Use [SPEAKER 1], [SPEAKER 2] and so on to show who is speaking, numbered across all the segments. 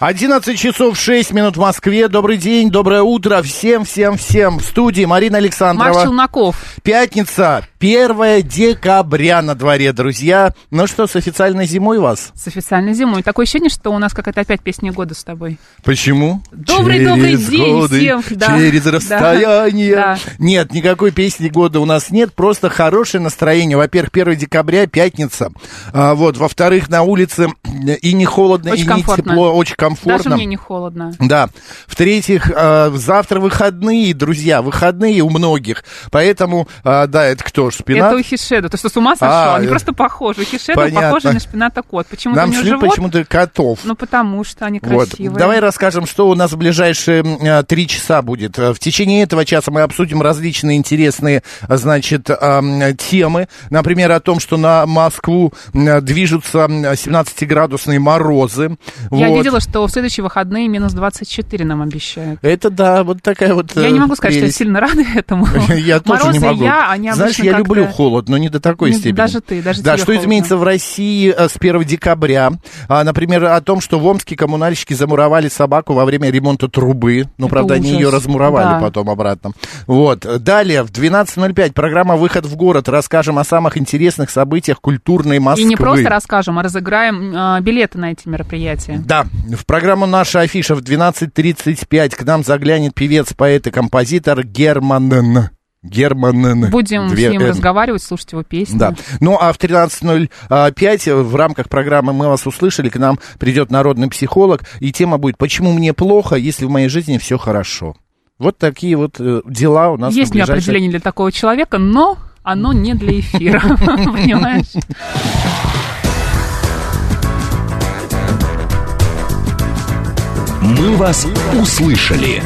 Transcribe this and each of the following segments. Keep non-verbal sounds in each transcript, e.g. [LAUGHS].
[SPEAKER 1] 11 часов 6 минут в Москве. Добрый день, доброе утро всем, всем, всем. В студии Марина
[SPEAKER 2] Макс
[SPEAKER 1] Александрова.
[SPEAKER 2] Челноков.
[SPEAKER 1] Пятница, 1 декабря на дворе, друзья. Ну что, с официальной зимой вас?
[SPEAKER 2] С официальной зимой. Такое ощущение, что у нас какая-то опять песня года с тобой.
[SPEAKER 1] Почему?
[SPEAKER 2] Добрый, добрый день всем, да,
[SPEAKER 1] через
[SPEAKER 2] да,
[SPEAKER 1] расстояние.
[SPEAKER 2] да.
[SPEAKER 1] Нет, никакой песни года у нас нет, просто хорошее настроение. Во-первых, 1 декабря, пятница. А, вот, во-вторых, на улице и не холодно,
[SPEAKER 2] Очень
[SPEAKER 1] и
[SPEAKER 2] комфортно.
[SPEAKER 1] не тепло, очень комфортно.
[SPEAKER 2] Даже мне не холодно.
[SPEAKER 1] Да. В-третьих, э, завтра выходные, друзья, выходные у многих. Поэтому, э, да, это кто ж, спина?
[SPEAKER 2] Это у Хишеда. Ты что, с ума сошел?
[SPEAKER 1] А,
[SPEAKER 2] Они
[SPEAKER 1] э,
[SPEAKER 2] просто похожи. У Хишеда
[SPEAKER 1] понятно.
[SPEAKER 2] похожи на шпината кот. Почему-то
[SPEAKER 1] Нам
[SPEAKER 2] у него
[SPEAKER 1] шли
[SPEAKER 2] живот.
[SPEAKER 1] почему-то котов.
[SPEAKER 2] Ну, потому что они
[SPEAKER 1] Вот.
[SPEAKER 2] красивые.
[SPEAKER 1] Давай расскажем, что у нас в ближайшие м, э, три часа будет. Э, В течение этого часа мы обсудим различные интересные, э, значит, э, м, темы. Например, о том, что на Москву м, э, движутся м, 17-градусные морозы.
[SPEAKER 2] Я
[SPEAKER 1] Вот.
[SPEAKER 2] видела, что в следующие выходные минус 24 нам обещают.
[SPEAKER 1] Это да, вот такая вот.
[SPEAKER 2] Я
[SPEAKER 1] э,
[SPEAKER 2] не могу сказать,
[SPEAKER 1] прелесть.
[SPEAKER 2] что я сильно рада [LAUGHS] этому.
[SPEAKER 1] [LAUGHS] Я тоже не
[SPEAKER 2] Морозы
[SPEAKER 1] могу.
[SPEAKER 2] я, они обычно
[SPEAKER 1] Знаешь, я
[SPEAKER 2] как-то-
[SPEAKER 1] люблю холод, но не до такой
[SPEAKER 2] Не,
[SPEAKER 1] степени.
[SPEAKER 2] даже ты, даже
[SPEAKER 1] Да,
[SPEAKER 2] тебе
[SPEAKER 1] что
[SPEAKER 2] холодно.
[SPEAKER 1] изменится в России э, с 1 декабря? А, например, о том, что в Омске коммунальщики замуровали собаку во время ремонта трубы. Ну,
[SPEAKER 2] Это
[SPEAKER 1] правда, они
[SPEAKER 2] ужас.
[SPEAKER 1] ее размуровали
[SPEAKER 2] Да.
[SPEAKER 1] потом обратно. Вот. Далее, в 12.05 программа «Выход в город». Расскажем о самых интересных событиях культурной Москвы.
[SPEAKER 2] И не просто расскажем, а разыграем э, билеты на эти мероприятия.
[SPEAKER 1] Да, в программу «Наша афиша» в 12.35 к нам заглянет певец, поэт и композитор Германен. Германен.
[SPEAKER 2] Будем
[SPEAKER 1] Две
[SPEAKER 2] с ним
[SPEAKER 1] «Н».
[SPEAKER 2] разговаривать, слушать его песни.
[SPEAKER 1] Да. Ну а в 13.05 э, в рамках программы «Мы вас услышали» к нам придет народный психолог, и тема будет «Почему мне плохо, если в моей жизни все хорошо?» Вот такие вот э, дела у нас.
[SPEAKER 2] Есть у
[SPEAKER 1] на
[SPEAKER 2] меня
[SPEAKER 1] ближайшее-
[SPEAKER 2] определение для такого человека, но оно не для эфира. [LAUGHS] Понимаешь?
[SPEAKER 3] «Мы вас услышали».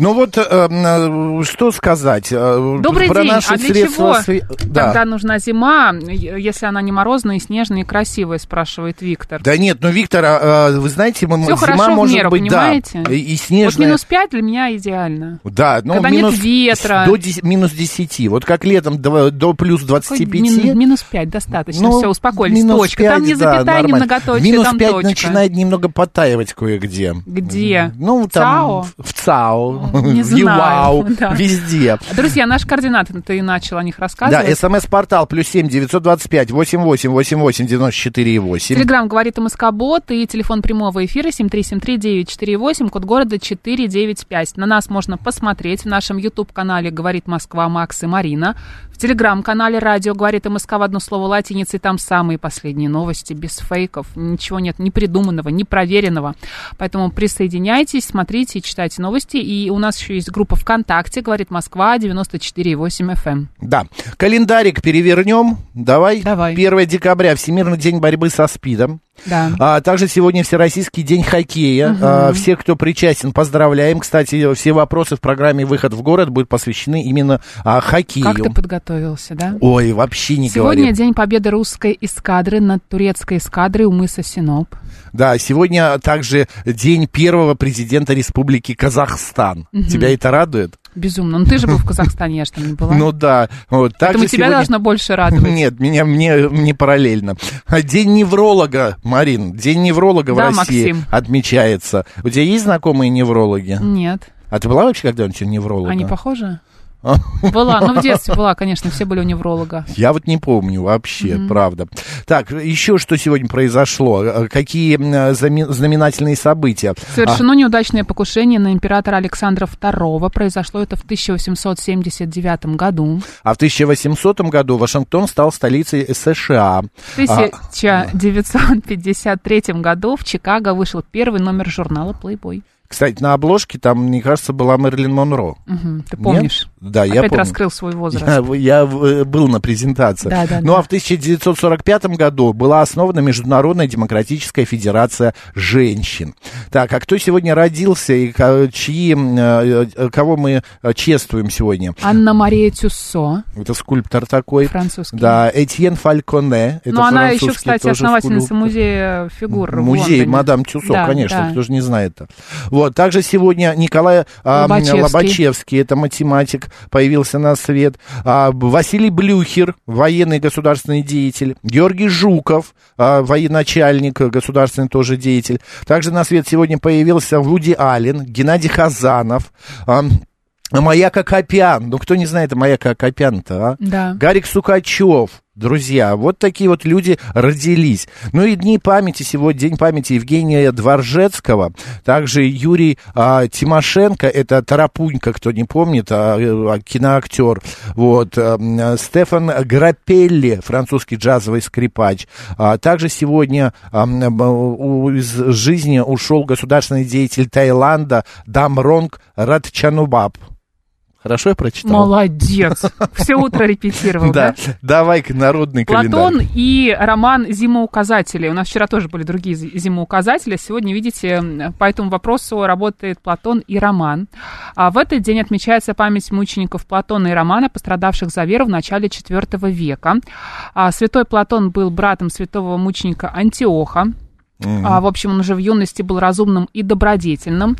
[SPEAKER 1] Ну вот, э, м, э, что сказать? э,
[SPEAKER 2] Добрый
[SPEAKER 1] про
[SPEAKER 2] день.
[SPEAKER 1] Наши
[SPEAKER 2] а для чего
[SPEAKER 1] средства сви- Да.
[SPEAKER 2] тогда нужна зима, е- если она не морозная, и снежная, и красивая, спрашивает Виктор.
[SPEAKER 1] Да нет, ну, Виктор, а, э, вы знаете, мы,
[SPEAKER 2] Всё
[SPEAKER 1] зима
[SPEAKER 2] хорошо в
[SPEAKER 1] может
[SPEAKER 2] меру,
[SPEAKER 1] быть,
[SPEAKER 2] понимаете?
[SPEAKER 1] да, и, и
[SPEAKER 2] Вот
[SPEAKER 1] снежная.
[SPEAKER 2] минус 5 для меня идеально.
[SPEAKER 1] Да, ну,
[SPEAKER 2] Когда нет
[SPEAKER 1] минус
[SPEAKER 2] ветра.
[SPEAKER 1] До деся- минус 10. Вот как летом до, до плюс
[SPEAKER 2] Какой
[SPEAKER 1] 25.
[SPEAKER 2] мин- минус 5 достаточно,
[SPEAKER 1] Ну,
[SPEAKER 2] все, успокоились,
[SPEAKER 1] минус
[SPEAKER 2] точка. там
[SPEAKER 1] пять,
[SPEAKER 2] не
[SPEAKER 1] да,
[SPEAKER 2] запятая, не
[SPEAKER 1] нормально.
[SPEAKER 2] многоточие,
[SPEAKER 1] Минус
[SPEAKER 2] там
[SPEAKER 1] 5
[SPEAKER 2] точка.
[SPEAKER 1] начинает немного потаивать кое-где.
[SPEAKER 2] Где? В
[SPEAKER 1] Ну, там
[SPEAKER 2] ЦАО?
[SPEAKER 1] в ЦАО,
[SPEAKER 2] Ну, не
[SPEAKER 1] [LAUGHS] в
[SPEAKER 2] знаю,
[SPEAKER 1] ЮАУ,
[SPEAKER 2] [LAUGHS] да.
[SPEAKER 1] везде.
[SPEAKER 2] Друзья, наши координаты, ты и начал о них
[SPEAKER 1] Да,
[SPEAKER 2] рассказывать.
[SPEAKER 1] смс-портал плюс семь девятьсот двадцать пять восемь восемь восемь восемь девяносто четыре и восемь.
[SPEAKER 2] Телеграм говорит МСК-бот и телефон прямого эфира 7373948, код города 495. На нас можно посмотреть в нашем YouTube-канале «Говорит Москва» Макс и Марина, в Телеграм-канале «Радио говорит МСК» в одно слово латиницей, там самые последние новости, без фейков, ничего нет не придуманного, не проверенного. Поэтому присоединяйтесь, смотрите, читайте новости. И у нас еще есть группа ВКонтакте «Говорит Москва» 94,8 FM.
[SPEAKER 1] Да. Календарик перевернем. Давай.
[SPEAKER 2] Давай.
[SPEAKER 1] 1 декабря Всемирный день борьбы со СПИДом.
[SPEAKER 2] Да.
[SPEAKER 1] А, также сегодня Всероссийский день хоккея. А, всех, кто причастен, поздравляем. Кстати, все вопросы в программе «Выход в город» будут посвящены именно а, хоккею.
[SPEAKER 2] Как ты подготовился, да?
[SPEAKER 1] Ой, вообще не
[SPEAKER 2] Сегодня
[SPEAKER 1] говори.
[SPEAKER 2] день победы русской эскадры над турецкой эскадрой у мыса Синоп.
[SPEAKER 1] Да, сегодня также день первого президента Республики Казахстан. Тебя это радует?
[SPEAKER 2] Безумно. Ну ты же был в Казахстане, я же там не была.
[SPEAKER 1] Ну да. Вот, также
[SPEAKER 2] Поэтому тебя
[SPEAKER 1] сегодня-
[SPEAKER 2] должно больше радовать.
[SPEAKER 1] Нет, меня, мне, мне параллельно. А День невролога, Марин, День невролога
[SPEAKER 2] Да,
[SPEAKER 1] в России
[SPEAKER 2] Максим.
[SPEAKER 1] отмечается. У тебя есть знакомые неврологи?
[SPEAKER 2] Нет.
[SPEAKER 1] А ты была вообще когда-нибудь у невролога?
[SPEAKER 2] Они похожи?
[SPEAKER 1] А.
[SPEAKER 2] Была. Ну в детстве была, конечно, все были у невролога.
[SPEAKER 1] Я вот не помню вообще, правда. Так, еще что сегодня произошло? Э, Какие м, э, зами- знаменательные события? А.
[SPEAKER 2] Совершено неудачное покушение на императора Александра II. Произошло это в 1879 году.
[SPEAKER 1] А в 1800 году Вашингтон стал столицей США. А,
[SPEAKER 2] В 1953 году в Чикаго вышел первый номер журнала Playboy.
[SPEAKER 1] Кстати, на обложке там, мне кажется, была Мерлин Монро.
[SPEAKER 2] Мгм, Ты помнишь?
[SPEAKER 1] Нет? Да, я
[SPEAKER 2] Опять
[SPEAKER 1] помню.
[SPEAKER 2] раскрыл свой возраст.
[SPEAKER 1] Я, я, э, был на презентации.
[SPEAKER 2] Да, да,
[SPEAKER 1] ну
[SPEAKER 2] да.
[SPEAKER 1] а в 1945 году была основана Международная демократическая федерация женщин. Так, а кто сегодня родился и ко- чьи, э, э, кого мы э, чествуем сегодня?
[SPEAKER 2] Анна-Мария Тюссо,
[SPEAKER 1] Это скульптор такой.
[SPEAKER 2] французский.
[SPEAKER 1] Да, Этьен Фальконе. Это
[SPEAKER 2] Ну, она еще,
[SPEAKER 1] французский
[SPEAKER 2] кстати,
[SPEAKER 1] тоже
[SPEAKER 2] основательница
[SPEAKER 1] скульптор.
[SPEAKER 2] музея фигур. в
[SPEAKER 1] Музей
[SPEAKER 2] Лондоне.
[SPEAKER 1] Мадам Тюсо,
[SPEAKER 2] Да,
[SPEAKER 1] конечно,
[SPEAKER 2] да.
[SPEAKER 1] кто же не знает-то. Вот, также сегодня Николай а, м,
[SPEAKER 2] Лобачевский.
[SPEAKER 1] Лобачевский. это математик, появился на свет. А, Василий Блюхер, военный государственный деятель. Георгий Жуков, а, военачальник, э, государственный тоже деятель. Также на свет сегодня появился Вуди Аллен, Геннадий Хазанов, а, Маяка Копян. Ну, кто не знает Маяка Копян-то, а?
[SPEAKER 2] Да.
[SPEAKER 1] Гарик Сукачев. Друзья, вот такие вот люди родились. Ну и дни памяти сегодня, день памяти Евгения Дворжецкого, также Юрий а, Тимошенко, это Тарапунька, кто не помнит, а, э, киноактер, вот, а, м, а, Стефан Грапелли, французский джазовый скрипач. А, также сегодня а, м, а, у- из жизни ушел государственный деятель Таиланда Дамронг Радчанубаб. Хорошо я прочитал?
[SPEAKER 2] Молодец. Все утро репетировал, да?
[SPEAKER 1] [LAUGHS] Да, давай-ка народный
[SPEAKER 2] Платон
[SPEAKER 1] календарь.
[SPEAKER 2] и роман «Зимоуказатели». У нас вчера тоже были другие зи- зимоуказатели. Сегодня, видите, по этому вопросу работает Платон и роман. А в этот день отмечается память мучеников Платона и Романа, пострадавших за веру в начале IV века. А святой Платон был братом святого мученика Антиоха. А, в общем, он уже в юности был разумным и добродетельным.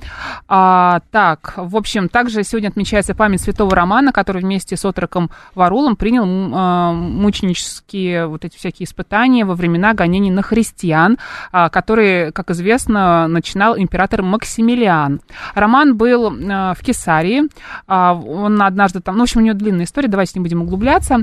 [SPEAKER 2] А, так, в общем, также сегодня отмечается память святого Романа, который вместе с отроком Варулом принял м, а, мученические вот эти всякие испытания во времена гонений на христиан, а, которые, как известно, начинал император Максимилиан. Роман был а, в Кесарии. А, он однажды там... Ну, в общем, у него длинная история, давайте не будем углубляться.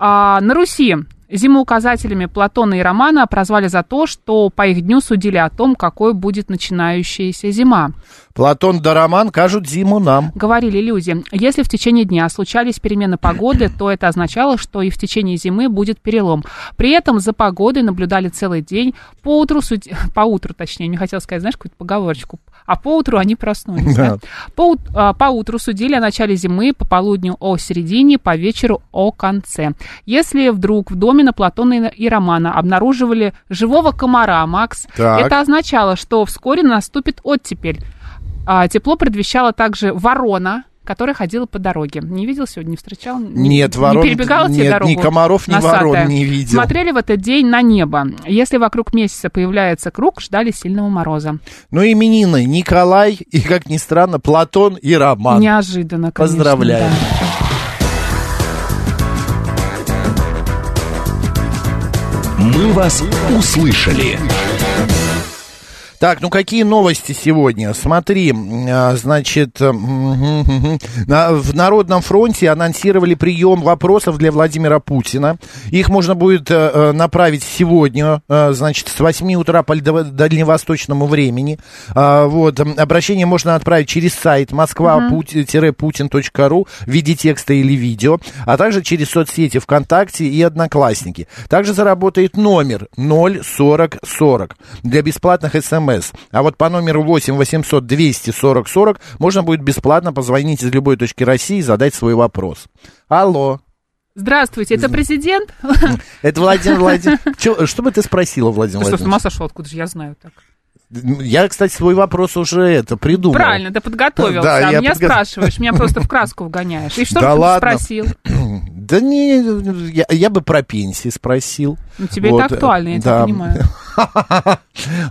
[SPEAKER 2] А, на Руси Зимоуказателями Платона и Романа прозвали за то, что по их дню судили о том, какой будет начинающаяся зима.
[SPEAKER 1] Платон да Роман кажут зиму нам.
[SPEAKER 2] Говорили люди, если в течение дня случались перемены погоды, то это означало, что и в течение зимы будет перелом. При этом за погодой наблюдали целый день. По утру, суд... [LAUGHS] по утру точнее, не хотела сказать, знаешь, какую-то поговорочку, а по утру они проснулись.
[SPEAKER 1] Да.
[SPEAKER 2] По, ут- а, по утру судили о начале зимы, по полудню о середине, по вечеру о конце. Если вдруг в доме на Платона и- и Романа обнаруживали живого комара, Макс,
[SPEAKER 1] Так.
[SPEAKER 2] это означало, что вскоре наступит оттепель. А, тепло предвещало также ворона, которая ходила по дороге. Не видел сегодня, не встречал? Не-
[SPEAKER 1] Нет,
[SPEAKER 2] Не
[SPEAKER 1] ворон-
[SPEAKER 2] перебегала тебе
[SPEAKER 1] нет,
[SPEAKER 2] дорогу?
[SPEAKER 1] ни комаров, ни
[SPEAKER 2] Носатая.
[SPEAKER 1] ворон не видел.
[SPEAKER 2] Смотрели в этот день на небо. Если вокруг месяца появляется круг, ждали сильного мороза.
[SPEAKER 1] Ну, именины Николай и, как ни странно, Платон и Роман.
[SPEAKER 2] Неожиданно, конечно.
[SPEAKER 1] Поздравляю.
[SPEAKER 2] да.
[SPEAKER 3] «Мы вас услышали».
[SPEAKER 1] Так, ну какие новости сегодня? Смотри, м, а, значит, м, мгм, мгм. На- в Народном фронте анонсировали прием вопросов для Владимира Путина. Их можно будет э, э, направить сегодня, э, значит, с 8 утра по льдово- дальневосточному времени. А, Вот, м, обращение можно отправить через сайт москва-путин.ру в виде текста или видео, а также через соцсети ВКонтакте и Одноклассники. Также заработает номер 04040 для бесплатных смс. А вот по номеру 8 800 240 40 можно будет бесплатно позвонить из любой точки России и задать свой вопрос. Алло.
[SPEAKER 2] Здравствуйте, это президент? [LAUGHS]
[SPEAKER 1] Это Владимир Владимирович. Чё- Что бы ты спросила, Владимир
[SPEAKER 2] Ты что, с ума
[SPEAKER 1] Владимирович?
[SPEAKER 2] сошел? Откуда же я знаю так?
[SPEAKER 1] Я, кстати, свой вопрос уже это придумал.
[SPEAKER 2] Правильно, ты подготовился,
[SPEAKER 1] Ну, Да,
[SPEAKER 2] а
[SPEAKER 1] я
[SPEAKER 2] меня
[SPEAKER 1] подго-
[SPEAKER 2] спрашиваешь, меня просто в краску вгоняешь. И что же
[SPEAKER 1] Да
[SPEAKER 2] ты
[SPEAKER 1] ладно.
[SPEAKER 2] спросил?
[SPEAKER 1] Да не, я, я бы про пенсии спросил.
[SPEAKER 2] Ну, тебе это актуально,
[SPEAKER 1] э,
[SPEAKER 2] я тебя понимаю.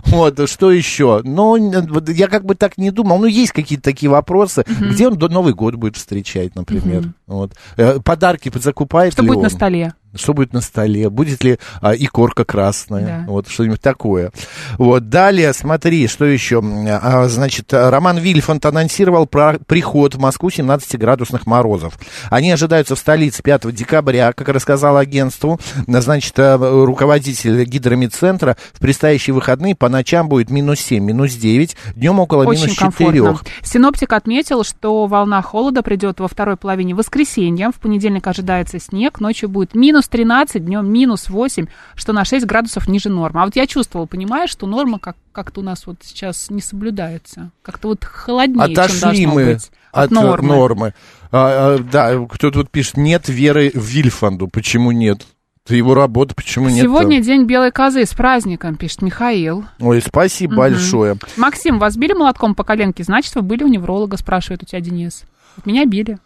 [SPEAKER 1] Вот, что еще? Ну, н- вот я как бы так не думал. Ну, есть какие-то такие вопросы. Где он до Новый год будет встречать, например? Вот. Э, Подарки закупает
[SPEAKER 2] Что
[SPEAKER 1] ли
[SPEAKER 2] будет на
[SPEAKER 1] он?
[SPEAKER 2] столе?
[SPEAKER 1] Что будет на столе? Будет ли а, икорка красная?
[SPEAKER 2] Да.
[SPEAKER 1] Вот что-нибудь такое. Вот. Далее, смотри, что еще. А, значит, Роман Вильфанд анонсировал про приход в Москву 17-градусных морозов. Они ожидаются в столице 5 декабря, как рассказал агентству. Значит, э, руководитель гидромедцентра в предстоящие выходные по ночам будет минус 7, минус 9, днем около
[SPEAKER 2] Очень
[SPEAKER 1] минус 4.
[SPEAKER 2] комфортно. Синоптик отметил, что волна холода придет во второй половине воскресенья. В понедельник ожидается снег, ночью будет минус плюс 13, днем минус 8, что на 6 градусов ниже нормы. А вот я чувствовала, понимаешь, что норма как- как-то у нас вот сейчас не соблюдается. Как-то вот холоднее, чем
[SPEAKER 1] Отошли
[SPEAKER 2] должно
[SPEAKER 1] мы
[SPEAKER 2] быть.
[SPEAKER 1] от нормы. А, а, да, кто-то вот пишет, нет веры в Вильфанду. Почему нет? Это его работа, почему нет?
[SPEAKER 2] Сегодня день белой козы с праздником, пишет Михаил.
[SPEAKER 1] Ой, спасибо большое.
[SPEAKER 2] Максим, вас били молотком по коленке, значит, вы были у невролога, спрашивает у тебя Денис. Вот меня били.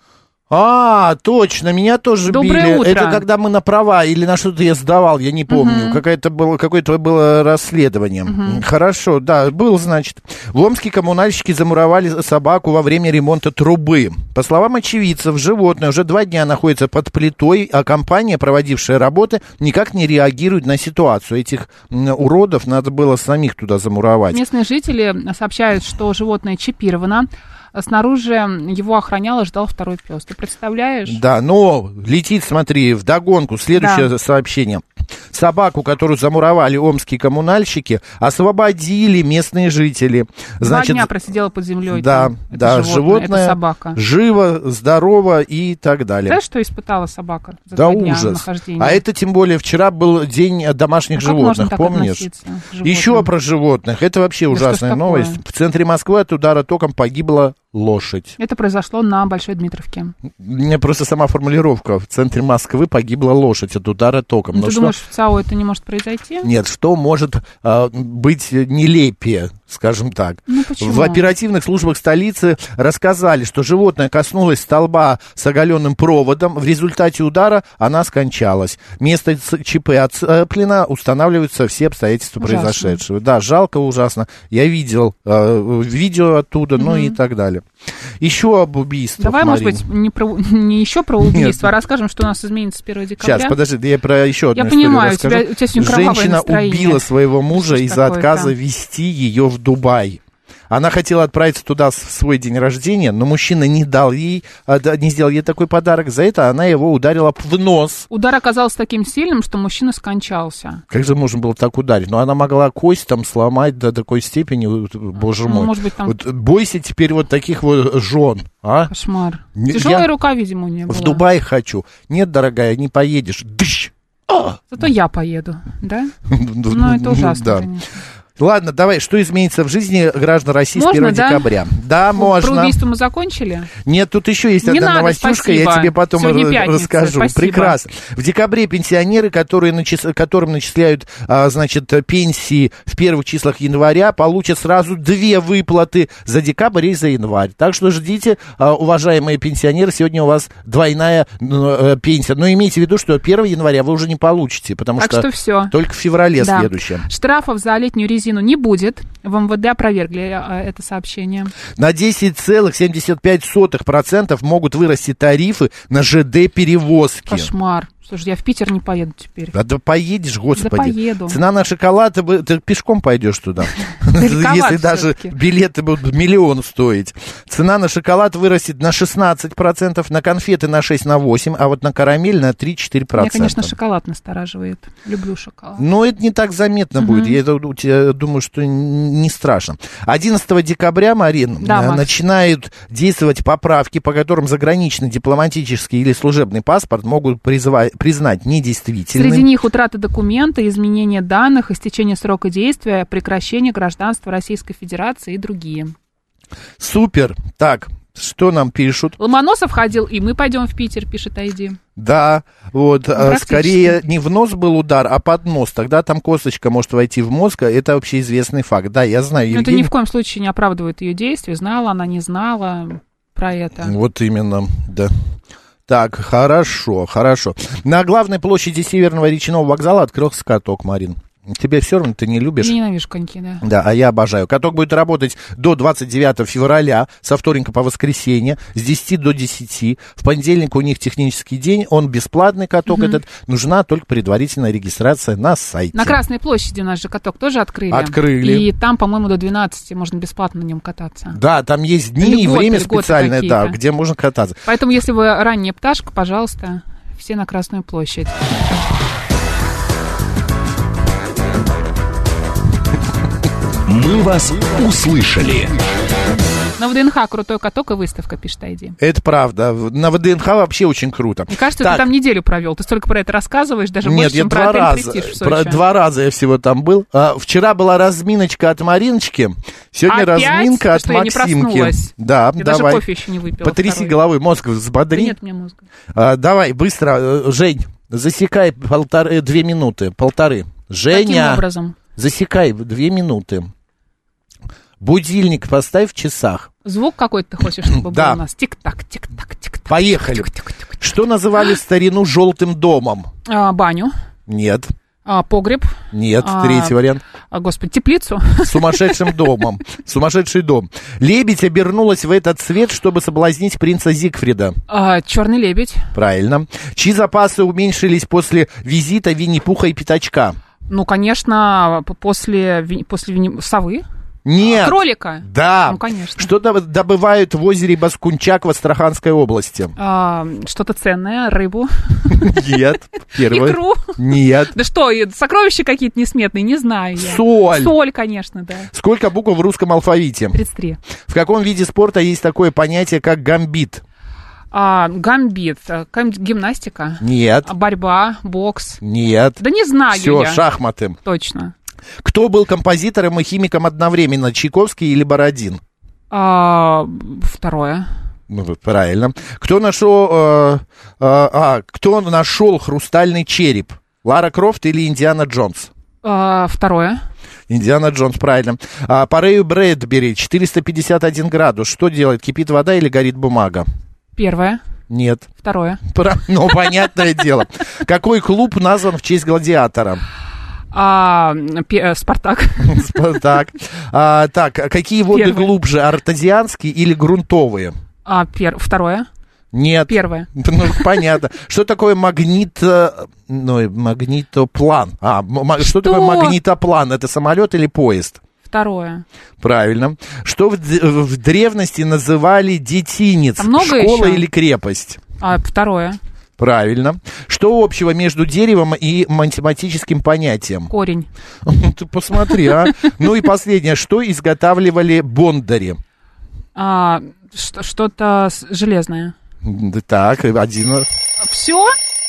[SPEAKER 1] А, точно, меня тоже
[SPEAKER 2] Доброе
[SPEAKER 1] били.
[SPEAKER 2] утро.
[SPEAKER 1] Это когда мы на права или на что-то я сдавал, я не помню. Какое-то было, какое-то было расследование. Хорошо, да, был, значит. В Омске коммунальщики замуровали собаку во время ремонта трубы. По словам очевидцев, животное уже два дня находится под плитой, а компания, проводившая работы, никак не реагирует на ситуацию. Этих м, уродов надо было самих туда замуровать.
[SPEAKER 2] Местные жители сообщают, что животное чипировано. Снаружи его охранял и ждал второй пес. Ты представляешь?
[SPEAKER 1] Да, но летит, смотри, в догонку. Следующее
[SPEAKER 2] Да.
[SPEAKER 1] сообщение. Собаку, которую замуровали омские коммунальщики, освободили местные жители.
[SPEAKER 2] Два дня просидела под землей.
[SPEAKER 1] да, да, животное,
[SPEAKER 2] Это собака.
[SPEAKER 1] живо, здорово и так далее.
[SPEAKER 2] Знаешь, что испытала собака за
[SPEAKER 1] Да
[SPEAKER 2] два дня
[SPEAKER 1] ужас.
[SPEAKER 2] нахождения?
[SPEAKER 1] А это тем более вчера был день э, домашних
[SPEAKER 2] А как можно
[SPEAKER 1] животных,
[SPEAKER 2] так
[SPEAKER 1] помнишь?
[SPEAKER 2] относиться к животным?
[SPEAKER 1] Еще про животных. Это вообще
[SPEAKER 2] Да что ж
[SPEAKER 1] ужасная
[SPEAKER 2] такое?
[SPEAKER 1] новость. В центре Москвы от удара током погибла лошадь.
[SPEAKER 2] Это произошло на Большой Дмитровке.
[SPEAKER 1] Мне просто сама формулировка. В центре Москвы погибла лошадь от удара током. Ну
[SPEAKER 2] Ты
[SPEAKER 1] что-
[SPEAKER 2] думаешь, в ЦАО это не может произойти?
[SPEAKER 1] Нет, что может а, быть нелепее, скажем так.
[SPEAKER 2] Ну, почему?
[SPEAKER 1] В оперативных службах столицы рассказали, что животное коснулось столба с оголенным проводом. В результате удара она скончалась. Место ц- ЧП отцеплено, устанавливаются все обстоятельства
[SPEAKER 2] Ужасно.
[SPEAKER 1] произошедшего. Да, жалко, ужасно. Я видел э, видео оттуда, ну и так далее. Еще об убийствах,
[SPEAKER 2] Давай, может
[SPEAKER 1] Марин.
[SPEAKER 2] быть, не, про, [LAUGHS] не еще про убийство, а расскажем, что у нас изменится с 1 декабря.
[SPEAKER 1] Сейчас, подожди, да я про еще одну
[SPEAKER 2] Я
[SPEAKER 1] историю
[SPEAKER 2] понимаю, у
[SPEAKER 1] расскажу.
[SPEAKER 2] тебя- у тебя сегодня кровавое
[SPEAKER 1] Женщина
[SPEAKER 2] настроение.
[SPEAKER 1] убила своего мужа
[SPEAKER 2] Что ж
[SPEAKER 1] из-за
[SPEAKER 2] такое-то?
[SPEAKER 1] отказа вести ее в Дубай. Она хотела отправиться туда в свой день рождения, но мужчина не дал ей, а, да, не сделал ей такой подарок. За это она его ударила в нос.
[SPEAKER 2] Удар оказался таким сильным, что мужчина скончался.
[SPEAKER 1] Как же можно было так ударить? Но она могла кость там сломать до такой степени, вот, боже
[SPEAKER 2] Ну,
[SPEAKER 1] мой.
[SPEAKER 2] может быть, там-
[SPEAKER 1] Вот бойся теперь вот таких вот жен, а?
[SPEAKER 2] Кошмар.
[SPEAKER 1] Не-
[SPEAKER 2] Тяжелая
[SPEAKER 1] я-
[SPEAKER 2] рука, видимо, у нее была.
[SPEAKER 1] В Дубай хочу. Нет, дорогая, не поедешь. Дыщ!
[SPEAKER 2] Зато я поеду, да?
[SPEAKER 1] Ну,
[SPEAKER 2] Ну, это ужасно,
[SPEAKER 1] [LAUGHS] да.
[SPEAKER 2] конечно.
[SPEAKER 1] Ладно, давай, что изменится в жизни граждан России
[SPEAKER 2] Можно,
[SPEAKER 1] с 1
[SPEAKER 2] да?
[SPEAKER 1] декабря? Да,
[SPEAKER 2] Про
[SPEAKER 1] можно.
[SPEAKER 2] убийство мы закончили?
[SPEAKER 1] Нет, тут еще есть
[SPEAKER 2] Не
[SPEAKER 1] одна
[SPEAKER 2] надо,
[SPEAKER 1] новостюшка,
[SPEAKER 2] спасибо.
[SPEAKER 1] я тебе потом
[SPEAKER 2] Сегодня
[SPEAKER 1] ра-
[SPEAKER 2] пятница,
[SPEAKER 1] расскажу.
[SPEAKER 2] спасибо.
[SPEAKER 1] Прекрасно. В декабре пенсионеры, которые начис- которым начисляют, а, значит, пенсии в первых числах января, получат сразу две выплаты за декабрь и за январь. Так что ждите, а, уважаемые пенсионеры, сегодня у вас двойная м, э, пенсия. Но имейте в виду, что 1 января вы уже не получите, потому
[SPEAKER 2] Так
[SPEAKER 1] что,
[SPEAKER 2] что всё.
[SPEAKER 1] только в феврале
[SPEAKER 2] Да.
[SPEAKER 1] следующем.
[SPEAKER 2] Штрафов за летнюю резину не будет. В МВД опровергли э, это сообщение.
[SPEAKER 1] На 10,75% могут вырасти тарифы на ЖД-перевозки.
[SPEAKER 2] Кошмар. Слушай, я в Питер не поеду теперь.
[SPEAKER 1] А да поедешь, господи.
[SPEAKER 2] поеду.
[SPEAKER 1] Цена на шоколад, ты бы- ты пешком
[SPEAKER 2] [LAUGHS]
[SPEAKER 1] пойдешь туда. Если даже
[SPEAKER 2] всё-таки.
[SPEAKER 1] билеты будут миллион стоить. Цена на шоколад вырастет на 16%, на конфеты на 6, на 8, а вот на карамель на 3-4%.
[SPEAKER 2] Меня, конечно, шоколад настораживает. Люблю шоколад.
[SPEAKER 1] Но это не так заметно будет. Я это, у тебя думаю, что н- не страшно. 11 декабря, Марин,
[SPEAKER 2] Да,
[SPEAKER 1] э,
[SPEAKER 2] Макс.
[SPEAKER 1] начинают действовать поправки, по которым заграничный дипломатический или служебный паспорт могут призва- признать недействительным.
[SPEAKER 2] Среди них утрата документа, изменение данных, истечение срока действия, прекращение гражданства Российской Федерации и другие.
[SPEAKER 1] Супер. Так, что нам пишут?
[SPEAKER 2] Ломоносов ходил, и мы пойдем в Питер, пишет Айди.
[SPEAKER 1] Да, вот, э,
[SPEAKER 2] Практически.
[SPEAKER 1] скорее не в нос был удар, а под нос. Тогда там косточка может войти в мозг, а это общеизвестный факт. Да, я знаю,
[SPEAKER 2] Но это
[SPEAKER 1] Евгений.
[SPEAKER 2] ни в коем случае не оправдывает ее действия. Знала она, не знала про это.
[SPEAKER 1] Вот именно, да. Так, хорошо, хорошо. На главной площади Северного речного вокзала открылся каток, Марин. Тебе все равно ты не любишь.
[SPEAKER 2] Я ненавижу коньки, да.
[SPEAKER 1] Да, а я обожаю. Каток будет работать до 29 февраля, со вторника по воскресенье, с 10 до 10. В понедельник у них технический день, он бесплатный каток этот. Нужна только предварительная регистрация на сайте.
[SPEAKER 2] На Красной площади наш же каток тоже открыли.
[SPEAKER 1] Открыли.
[SPEAKER 2] И там, по-моему, до 12 можно бесплатно на нем кататься.
[SPEAKER 1] Да, там есть дни
[SPEAKER 2] Льготы,
[SPEAKER 1] и время
[SPEAKER 2] льготы
[SPEAKER 1] специальное, да,
[SPEAKER 2] какие-то.
[SPEAKER 1] где можно кататься.
[SPEAKER 2] Поэтому, если вы ранняя пташка, пожалуйста, все на Красную площадь.
[SPEAKER 3] «Мы вас услышали».
[SPEAKER 2] На ВДНХ крутой каток и выставка, пишет Айди.
[SPEAKER 1] Это правда. В- На ВДНХ вообще очень круто.
[SPEAKER 2] Мне кажется,
[SPEAKER 1] Так,
[SPEAKER 2] ты там неделю провел. Ты столько про это рассказываешь, даже
[SPEAKER 1] Нет,
[SPEAKER 2] больше,
[SPEAKER 1] я
[SPEAKER 2] чем
[SPEAKER 1] два
[SPEAKER 2] про отель
[SPEAKER 1] раза,
[SPEAKER 2] «Престиж» в Сочи.
[SPEAKER 1] про- два раза я всего там был. А, вчера была разминочка от Мариночки, сегодня
[SPEAKER 2] Опять?
[SPEAKER 1] разминка
[SPEAKER 2] Ты
[SPEAKER 1] от
[SPEAKER 2] что, я не
[SPEAKER 1] Максимки.
[SPEAKER 2] проснулась?
[SPEAKER 1] да,
[SPEAKER 2] Я даже
[SPEAKER 1] давай.
[SPEAKER 2] кофе еще не выпила.
[SPEAKER 1] Потряси
[SPEAKER 2] второй.
[SPEAKER 1] головой, мозг
[SPEAKER 2] Да
[SPEAKER 1] взбодри.
[SPEAKER 2] нет у меня мозга.
[SPEAKER 1] А, давай, быстро, э, Жень, засекай полторы, две минуты, полторы.
[SPEAKER 2] Каким
[SPEAKER 1] Женя,
[SPEAKER 2] образом?
[SPEAKER 1] засекай две минуты. Будильник поставь в часах.
[SPEAKER 2] Звук какой-то ты хочешь, чтобы
[SPEAKER 1] Да.
[SPEAKER 2] был у нас? Тик-так, тик-так, тик-так.
[SPEAKER 1] Поехали.
[SPEAKER 2] тик-тик-тик.
[SPEAKER 1] Что называли в старину желтым домом?
[SPEAKER 2] А, баню,
[SPEAKER 1] Нет,
[SPEAKER 2] а, погреб,
[SPEAKER 1] нет,
[SPEAKER 2] А.
[SPEAKER 1] третий вариант.
[SPEAKER 2] а, господи, теплицу. [LAUGHS]
[SPEAKER 1] Сумасшедшим домом. Сумасшедший дом. Лебедь обернулась в этот цвет, чтобы соблазнить принца Зигфрида.
[SPEAKER 2] А, черный лебедь.
[SPEAKER 1] Правильно. Чьи запасы уменьшились после визита Винни-Пуха и Пятачка?
[SPEAKER 2] Ну, конечно, п- после, ви- после вини- совы.
[SPEAKER 1] Нет.
[SPEAKER 2] Кролика.
[SPEAKER 1] Да.
[SPEAKER 2] Ну, конечно.
[SPEAKER 1] Что доб- добывают в озере Баскунчак в Астраханской области?
[SPEAKER 2] А, что-то ценное, рыбу,
[SPEAKER 1] Нет. Первый.
[SPEAKER 2] икру. [LAUGHS]
[SPEAKER 1] Нет.
[SPEAKER 2] Да что, и сокровища какие-то несметные, не знаю я.
[SPEAKER 1] Соль.
[SPEAKER 2] Соль, конечно, да.
[SPEAKER 1] Сколько букв в русском алфавите?
[SPEAKER 2] 33.
[SPEAKER 1] В каком виде спорта есть такое понятие, как гамбит?
[SPEAKER 2] А, гамбит, а, какая-нибудь гимнастика,
[SPEAKER 1] Нет.
[SPEAKER 2] а, борьба, бокс.
[SPEAKER 1] Нет.
[SPEAKER 2] Да не знаю
[SPEAKER 1] Все,
[SPEAKER 2] я.
[SPEAKER 1] шахматы.
[SPEAKER 2] Точно.
[SPEAKER 1] Кто был композитором и химиком одновременно, Чайковский или Бородин?
[SPEAKER 2] А, второе.
[SPEAKER 1] Ну, вот правильно. Кто нашел, э, э, а, кто нашел хрустальный череп? Лара Крофт или Индиана Джонс?
[SPEAKER 2] А, второе.
[SPEAKER 1] Индиана Джонс, правильно. А, по Рэю Брэдбери 451 градус. Что делает? Кипит вода или горит бумага?
[SPEAKER 2] Первое.
[SPEAKER 1] Нет.
[SPEAKER 2] Второе.
[SPEAKER 1] Про- Ну, понятное [LAUGHS] дело. Какой клуб назван в честь гладиатора? [LAUGHS]
[SPEAKER 2] А, пе- э, Спартак.
[SPEAKER 1] Так. А, Так, какие воды
[SPEAKER 2] Первый.
[SPEAKER 1] глубже, артезианские или грунтовые?
[SPEAKER 2] А, пер- второе.
[SPEAKER 1] Нет.
[SPEAKER 2] Первое.
[SPEAKER 1] Ну, понятно. Что такое магнит... э, Ну, и магнитоплан. А, м- ма- что такое
[SPEAKER 2] Что?
[SPEAKER 1] магнитоплан? Это самолет или поезд?
[SPEAKER 2] Второе.
[SPEAKER 1] Правильно. Что в, д- в древности называли детинец?
[SPEAKER 2] Там А много
[SPEAKER 1] Школа
[SPEAKER 2] еще?
[SPEAKER 1] или крепость?
[SPEAKER 2] А, второе.
[SPEAKER 1] Правильно. Что общего между деревом и математическим понятием? [LAUGHS]
[SPEAKER 2] Корень.
[SPEAKER 1] Ты посмотри, а. Ну и последнее. Что изготавливали бондари?
[SPEAKER 2] А, что- что-то с- железное.
[SPEAKER 1] М, да Так, один...
[SPEAKER 2] Все?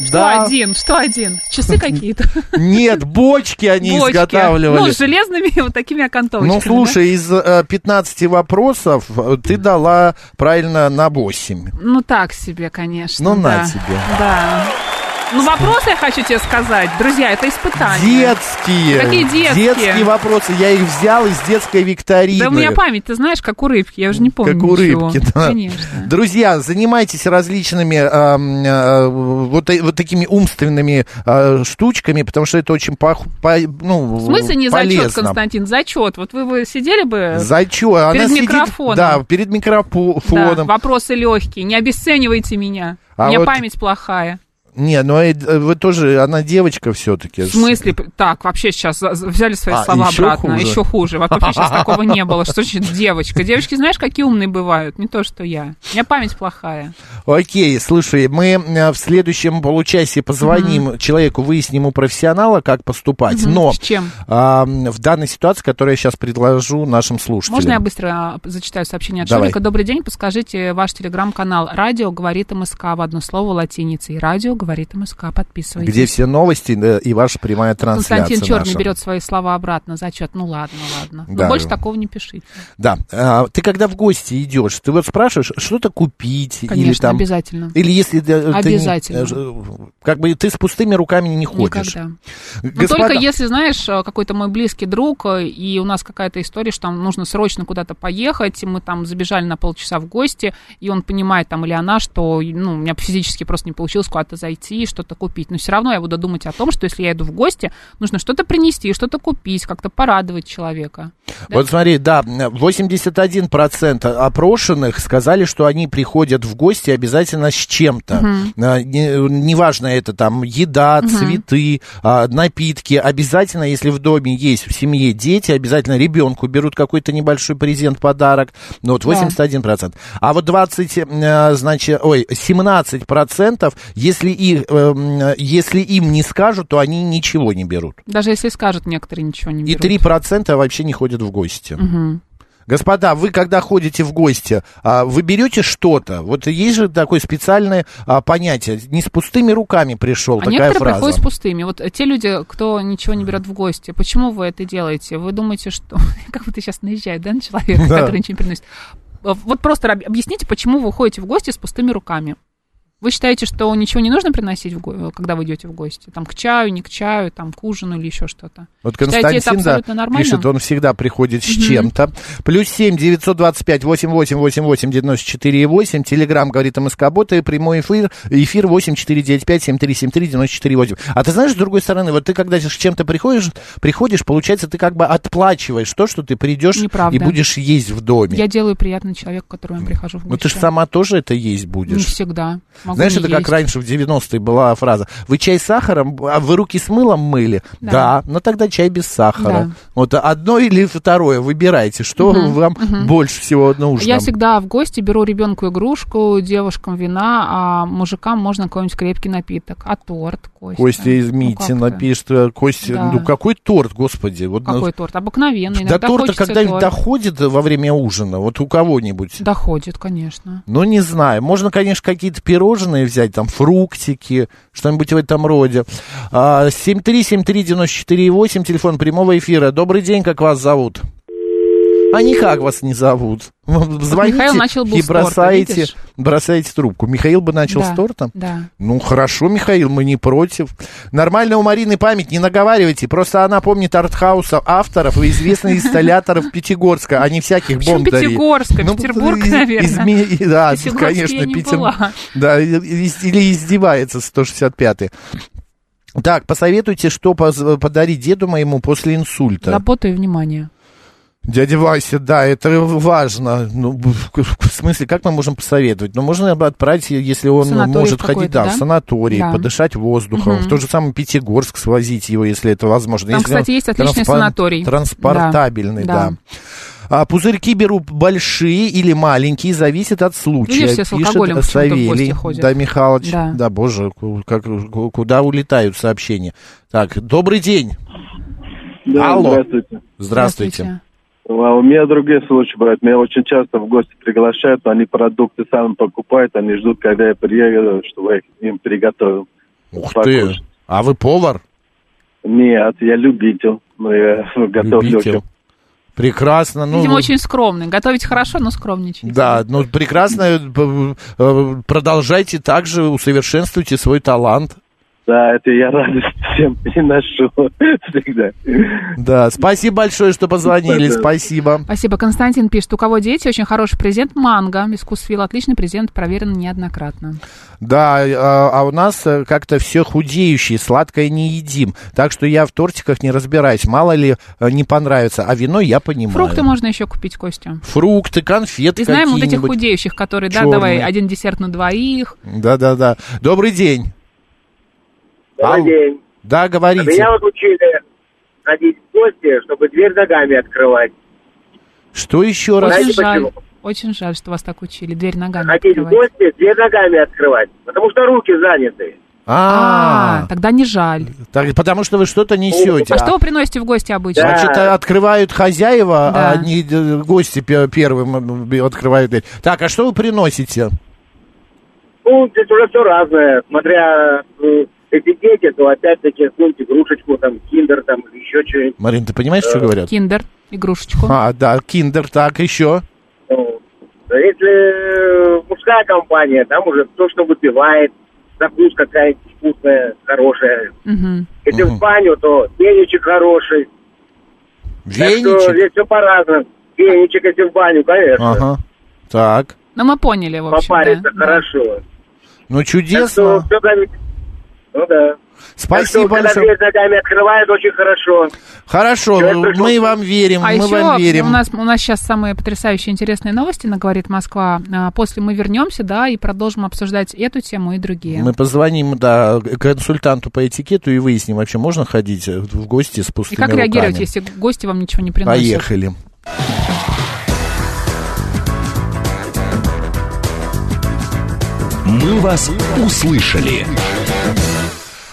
[SPEAKER 2] Что
[SPEAKER 1] Да.
[SPEAKER 2] один? Что один? Часы какие-то.
[SPEAKER 1] Нет, бочки они
[SPEAKER 2] Бочки.
[SPEAKER 1] изготавливали.
[SPEAKER 2] Ну, с железными [LAUGHS] вот такими окантовочками.
[SPEAKER 1] Ну, слушай, из э, 15 вопросов э, ты дала правильно на 8.
[SPEAKER 2] да? Ну, так себе, конечно.
[SPEAKER 1] Ну, на
[SPEAKER 2] да.
[SPEAKER 1] тебе.
[SPEAKER 2] Да. Ну, вопрос я хочу тебе сказать. Друзья, это испытание.
[SPEAKER 1] Детские.
[SPEAKER 2] Какие детские?
[SPEAKER 1] вопросы. Я их взял из детской викторины.
[SPEAKER 2] Да у меня память, ты знаешь, как у рыбки. Я уже не помню
[SPEAKER 1] Как у
[SPEAKER 2] ничего.
[SPEAKER 1] рыбки, да.
[SPEAKER 2] Конечно.
[SPEAKER 1] Друзья, занимайтесь различными эм, э, вот, та- вот такими умственными э, штучками, потому что это очень пох- по- ну,
[SPEAKER 2] В смысле не
[SPEAKER 1] полезно.
[SPEAKER 2] зачет, Константин? Зачет. Вот вы бы сидели бы...
[SPEAKER 1] Зачет. Она
[SPEAKER 2] Перед
[SPEAKER 1] сидит-
[SPEAKER 2] микрофоном.
[SPEAKER 1] да, перед
[SPEAKER 2] Да,
[SPEAKER 1] микрофоном.
[SPEAKER 2] вопросы легкие. Не обесценивайте меня.
[SPEAKER 1] А
[SPEAKER 2] У меня
[SPEAKER 1] вот-
[SPEAKER 2] память плохая.
[SPEAKER 1] Не, ну э, э, вы тоже, она девочка все-таки.
[SPEAKER 2] В смысле? Так, вообще сейчас за- за- взяли свои
[SPEAKER 1] А,
[SPEAKER 2] слова
[SPEAKER 1] ещё
[SPEAKER 2] обратно.
[SPEAKER 1] хуже.
[SPEAKER 2] Еще хуже. Вообще сейчас такого
[SPEAKER 1] [LAUGHS]
[SPEAKER 2] не было. Что значит девочка? Девочки, знаешь, какие умные бывают? Не то, что я. У меня память плохая.
[SPEAKER 1] Окей, слушай, мы э, в следующем получасе позвоним человеку, выясним у профессионала, как поступать. Но
[SPEAKER 2] С чем?
[SPEAKER 1] а, м, в данной ситуации, которую я сейчас предложу нашим слушателям.
[SPEAKER 2] Можно я быстро а, зачитаю сообщение от
[SPEAKER 1] Давай.
[SPEAKER 2] Шурика? Добрый день, подскажите ваш телеграм-канал «Радио говорит МСК» в одно слово латиницей. «Радио говорит МСК», подписывайтесь.
[SPEAKER 1] Где все новости э, и ваша прямая трансляция
[SPEAKER 2] Константин Черный
[SPEAKER 1] наша.
[SPEAKER 2] берет свои слова обратно, зачет. Ну ладно, ладно. Ну,
[SPEAKER 1] Да.
[SPEAKER 2] больше такого не пишите.
[SPEAKER 1] Да. А, ты когда в гости идешь, ты вот спрашиваешь, что-то купить или
[SPEAKER 2] Конечно,
[SPEAKER 1] там...
[SPEAKER 2] обязательно.
[SPEAKER 1] Или если ты- ты не-
[SPEAKER 2] Обязательно.
[SPEAKER 1] э, ж- как бы ты с пустыми руками не ходишь.
[SPEAKER 2] Никогда. Ну,
[SPEAKER 1] Господа,
[SPEAKER 2] только если, знаешь, э, какой-то мой близкий друг, э, и у нас какая-то история, что там нужно срочно куда-то поехать, и мы там забежали на полчаса в гости, и он понимает, там, или она, что, ну, у меня физически просто не получилось куда-то зайти, что-то купить. Но все равно я буду думать о том, что если я иду в гости, нужно что-то принести, что-то купить, как-то порадовать человека. да?
[SPEAKER 1] Вот смотри, да, 81% опрошенных сказали, что они приходят в гости обязательно с чем-то. А, не- Неважно, это там еда, цветы, а, напитки. Обязательно, если в доме есть, в семье дети, обязательно ребенку берут какой-то небольшой презент, подарок. Ну вот 81%. А вот 20, э, значит, ой, 17%, если, их, эм, если им не скажут, то они ничего не берут.
[SPEAKER 2] Даже если скажут некоторые, ничего не
[SPEAKER 1] И
[SPEAKER 2] берут.
[SPEAKER 1] 3% вообще не ходят в гости. Господа, вы когда ходите в гости, а, вы берете что-то. Вот есть же такое специальное а, понятие. Не с пустыми руками пришел
[SPEAKER 2] А
[SPEAKER 1] такая
[SPEAKER 2] некоторые
[SPEAKER 1] фраза.
[SPEAKER 2] приходят с пустыми. Вот э, те люди, кто ничего не берет в гости, почему вы это делаете? Вы думаете, что... [LAUGHS] Как будто сейчас наезжает, да, на человека,
[SPEAKER 1] Да.
[SPEAKER 2] который ничего не приносит. Э, Вот просто раб- объясните, почему вы ходите в гости с пустыми руками. Вы считаете, что ничего не нужно приносить, в го- э, когда вы идете в гости? Там к чаю, не к чаю, там к ужину или еще что-то.
[SPEAKER 1] Вот
[SPEAKER 2] Считаете,
[SPEAKER 1] Константин
[SPEAKER 2] это
[SPEAKER 1] да,
[SPEAKER 2] абсолютно нормально?
[SPEAKER 1] пишет, он всегда приходит с чем-то. Плюс семь девятьсот двадцать пять восемь восемь восемь восемь девяносто четыре и восемь. Телеграмм говорит МСК Бота и прямой эфир эфир восемь четыре девять пять семь три семь три девяносто четыре восемь. А ты знаешь, с другой стороны, вот ты когда с чем-то приходишь, приходишь, получается, ты как бы отплачиваешь то, что ты придешь
[SPEAKER 2] Неправда.
[SPEAKER 1] и будешь есть в доме.
[SPEAKER 2] Я делаю приятно человеку, к которому я прихожу в гости.
[SPEAKER 1] Ну ты же сама тоже это есть
[SPEAKER 2] Не
[SPEAKER 1] будешь.
[SPEAKER 2] всегда. Могу
[SPEAKER 1] Знаешь,
[SPEAKER 2] не
[SPEAKER 1] это как
[SPEAKER 2] есть.
[SPEAKER 1] раньше в 90-е была фраза. Вы чай с сахаром, а вы руки с мылом мыли? Да.
[SPEAKER 2] Да.
[SPEAKER 1] но тогда чай без сахара.
[SPEAKER 2] Да.
[SPEAKER 1] Вот одно или второе, выбирайте, что вам больше всего нужно.
[SPEAKER 2] Я всегда в гости беру ребенку игрушку, девушкам вина, а мужикам можно какой-нибудь крепкий напиток. А торт, Костя?
[SPEAKER 1] Костя из
[SPEAKER 2] Ну,
[SPEAKER 1] Митина
[SPEAKER 2] как ты?
[SPEAKER 1] пишет, э, Костя,
[SPEAKER 2] Да.
[SPEAKER 1] ну какой торт, господи. Вот, ну,
[SPEAKER 2] Какой торт? Обыкновенный.
[SPEAKER 1] до
[SPEAKER 2] Иногда
[SPEAKER 1] торта
[SPEAKER 2] хочется
[SPEAKER 1] когда-нибудь
[SPEAKER 2] торт.
[SPEAKER 1] доходит во время ужина, вот у кого-нибудь?
[SPEAKER 2] Доходит, конечно.
[SPEAKER 1] Ну, не знаю. Можно, конечно, какие-то пирожные взять, там, фруктики, что-нибудь в этом роде. А, 7373948, телефон прямого эфира. Добрый день, как вас зовут? А никак вас не зовут. Звоните
[SPEAKER 2] Михаил начал бы
[SPEAKER 1] и
[SPEAKER 2] с торта,
[SPEAKER 1] бросаете,
[SPEAKER 2] видишь?
[SPEAKER 1] бросаете трубку. Михаил бы начал
[SPEAKER 2] Да,
[SPEAKER 1] с торта?
[SPEAKER 2] Да.
[SPEAKER 1] Ну, хорошо, Михаил, мы не против. Нормально у Марины память, не наговаривайте. Просто она помнит артхауса авторов и известных инсталляторов Пятигорска, а не всяких
[SPEAKER 2] Почему
[SPEAKER 1] бондарей.
[SPEAKER 2] Пятигорска? Петербург,
[SPEAKER 1] из- из-
[SPEAKER 2] наверное.
[SPEAKER 1] э, изме- Да,
[SPEAKER 2] Пятигорске
[SPEAKER 1] конечно,
[SPEAKER 2] я не
[SPEAKER 1] Петербург.
[SPEAKER 2] была.
[SPEAKER 1] Да, и- и- или издевается 165-й. Так, посоветуйте, что поз- подарить деду моему после инсульта.
[SPEAKER 2] Забота и внимание.
[SPEAKER 1] Дядя Вася, да, это важно. Ну, в в смысле, как мы можем посоветовать? Ну, можно отправить, если он
[SPEAKER 2] Санаторий
[SPEAKER 1] может ходить,
[SPEAKER 2] какой-то,
[SPEAKER 1] да, в
[SPEAKER 2] да?
[SPEAKER 1] санаторий,
[SPEAKER 2] Да.
[SPEAKER 1] подышать воздухом, в тот же самый Пятигорск свозить его, если это возможно.
[SPEAKER 2] Там,
[SPEAKER 1] Если
[SPEAKER 2] кстати,
[SPEAKER 1] он
[SPEAKER 2] есть отличный санаторий.
[SPEAKER 1] Транспортабельный, да.
[SPEAKER 2] Да.
[SPEAKER 1] А, пузырьки беру большие или маленькие, зависит от случая.
[SPEAKER 2] Видишь, все Ну, с
[SPEAKER 1] пишет
[SPEAKER 2] алкоголем почему-то в гости
[SPEAKER 1] Савелий.
[SPEAKER 2] ходят.
[SPEAKER 1] Да, Михалыч. Да.
[SPEAKER 2] Да.
[SPEAKER 1] боже, ку- как, ку- куда улетают сообщения. Так, добрый день.
[SPEAKER 4] Да,
[SPEAKER 1] Алло.
[SPEAKER 4] здравствуйте.
[SPEAKER 1] Здравствуйте.
[SPEAKER 4] А, У меня другие случаи, брат. Меня очень часто в гости приглашают, они продукты сами покупают, они ждут, когда я приеду, чтобы я их им приготовил.
[SPEAKER 1] Ух ты.
[SPEAKER 4] Покушать.
[SPEAKER 1] А вы повар?
[SPEAKER 4] Нет, я любитель, но я [LAUGHS] готовлю.
[SPEAKER 1] Любитель. Прекрасно. Ну,
[SPEAKER 2] Видимо, очень скромный. Готовить хорошо, но скромничать.
[SPEAKER 1] Да, ну прекрасно. э, э, Продолжайте также, усовершенствуйте свой талант.
[SPEAKER 4] Да, это я радость [LAUGHS] всем приношу всегда.
[SPEAKER 1] Да, спасибо большое, что позвонили.
[SPEAKER 4] Да.
[SPEAKER 1] Спасибо.
[SPEAKER 2] Спасибо. Константин пишет, у кого дети, очень хороший презент манго. Искусвилл, отличный презент, проверен неоднократно.
[SPEAKER 1] Да, э, а у нас э, как-то все худеющие, сладкое не едим. Так что я в тортиках не разбираюсь. Мало ли э, не понравится. А вино я понимаю.
[SPEAKER 2] Фрукты можно еще купить, Костя.
[SPEAKER 1] Фрукты, конфеты
[SPEAKER 2] И знаем вот этих
[SPEAKER 1] какие-нибудь.
[SPEAKER 2] худеющих, которые, да,
[SPEAKER 1] Чёрные.
[SPEAKER 2] давай, один десерт на двоих.
[SPEAKER 1] Да-да-да. Добрый день. Алло.
[SPEAKER 5] день.
[SPEAKER 1] Да, говорите.
[SPEAKER 5] Меня вот учили ходить в гости, чтобы дверь ногами открывать.
[SPEAKER 1] Что еще раз?
[SPEAKER 2] Очень
[SPEAKER 5] Знаете
[SPEAKER 2] жаль.
[SPEAKER 5] почему?
[SPEAKER 2] Очень жаль, что вас так учили. Дверь ногами
[SPEAKER 5] Ходить в
[SPEAKER 2] открывать.
[SPEAKER 5] гости, дверь ногами открывать. Потому что руки заняты.
[SPEAKER 1] А,
[SPEAKER 2] А, тогда не жаль.
[SPEAKER 1] так, потому что вы что-то несете.
[SPEAKER 2] А что вы приносите в гости обычно?
[SPEAKER 5] Да.
[SPEAKER 1] Значит, а, открывают хозяева,
[SPEAKER 2] Да.
[SPEAKER 1] а не э, гости пе- первым э, открывают дверь. Так, а что вы приносите?
[SPEAKER 5] Ну, здесь уже все разное. Смотря ну, эти дети, то опять-таки, ну, игрушечку, там, киндер, там, или еще что-нибудь.
[SPEAKER 1] Марин, ты понимаешь, что говорят?
[SPEAKER 2] Киндер,
[SPEAKER 5] Э.
[SPEAKER 2] игрушечку.
[SPEAKER 1] А, да, киндер, так, еще.
[SPEAKER 5] Ну, Если э, мужская компания, там уже то, что выпивает, закуска какая-нибудь вкусная, хорошая.
[SPEAKER 2] Мгм.
[SPEAKER 5] Если
[SPEAKER 1] Мгм.
[SPEAKER 5] в баню, то денечек хороший. Так что
[SPEAKER 1] Веничек.
[SPEAKER 5] здесь все по-разному. Денечек, если в баню, конечно.
[SPEAKER 1] Ага. Так.
[SPEAKER 2] Ну, мы поняли, в общем,
[SPEAKER 5] попариться
[SPEAKER 2] да.
[SPEAKER 5] хорошо.
[SPEAKER 1] Ну,
[SPEAKER 5] Так что
[SPEAKER 1] чудесно.
[SPEAKER 5] всё зависит. Ну да. Так что,
[SPEAKER 1] Спасибо
[SPEAKER 5] когда
[SPEAKER 1] большое.
[SPEAKER 5] дверь за ногами открывают, очень хорошо.
[SPEAKER 1] Хорошо,
[SPEAKER 5] человек пришел-
[SPEAKER 1] мы вам верим,
[SPEAKER 2] А
[SPEAKER 1] мы
[SPEAKER 2] еще
[SPEAKER 1] вам верим.
[SPEAKER 2] у нас у нас сейчас самые потрясающие интересные новости на говорит Москва. А, После мы вернемся, да, и продолжим обсуждать эту тему и другие.
[SPEAKER 1] Мы позвоним, да, к консультанту по этикету и выясним, вообще можно ходить э, в гости с
[SPEAKER 2] И
[SPEAKER 1] пустыми
[SPEAKER 2] как реагировать,
[SPEAKER 1] руками.
[SPEAKER 2] если гости вам ничего не приносят?
[SPEAKER 1] Поехали.
[SPEAKER 3] «Мы вас услышали».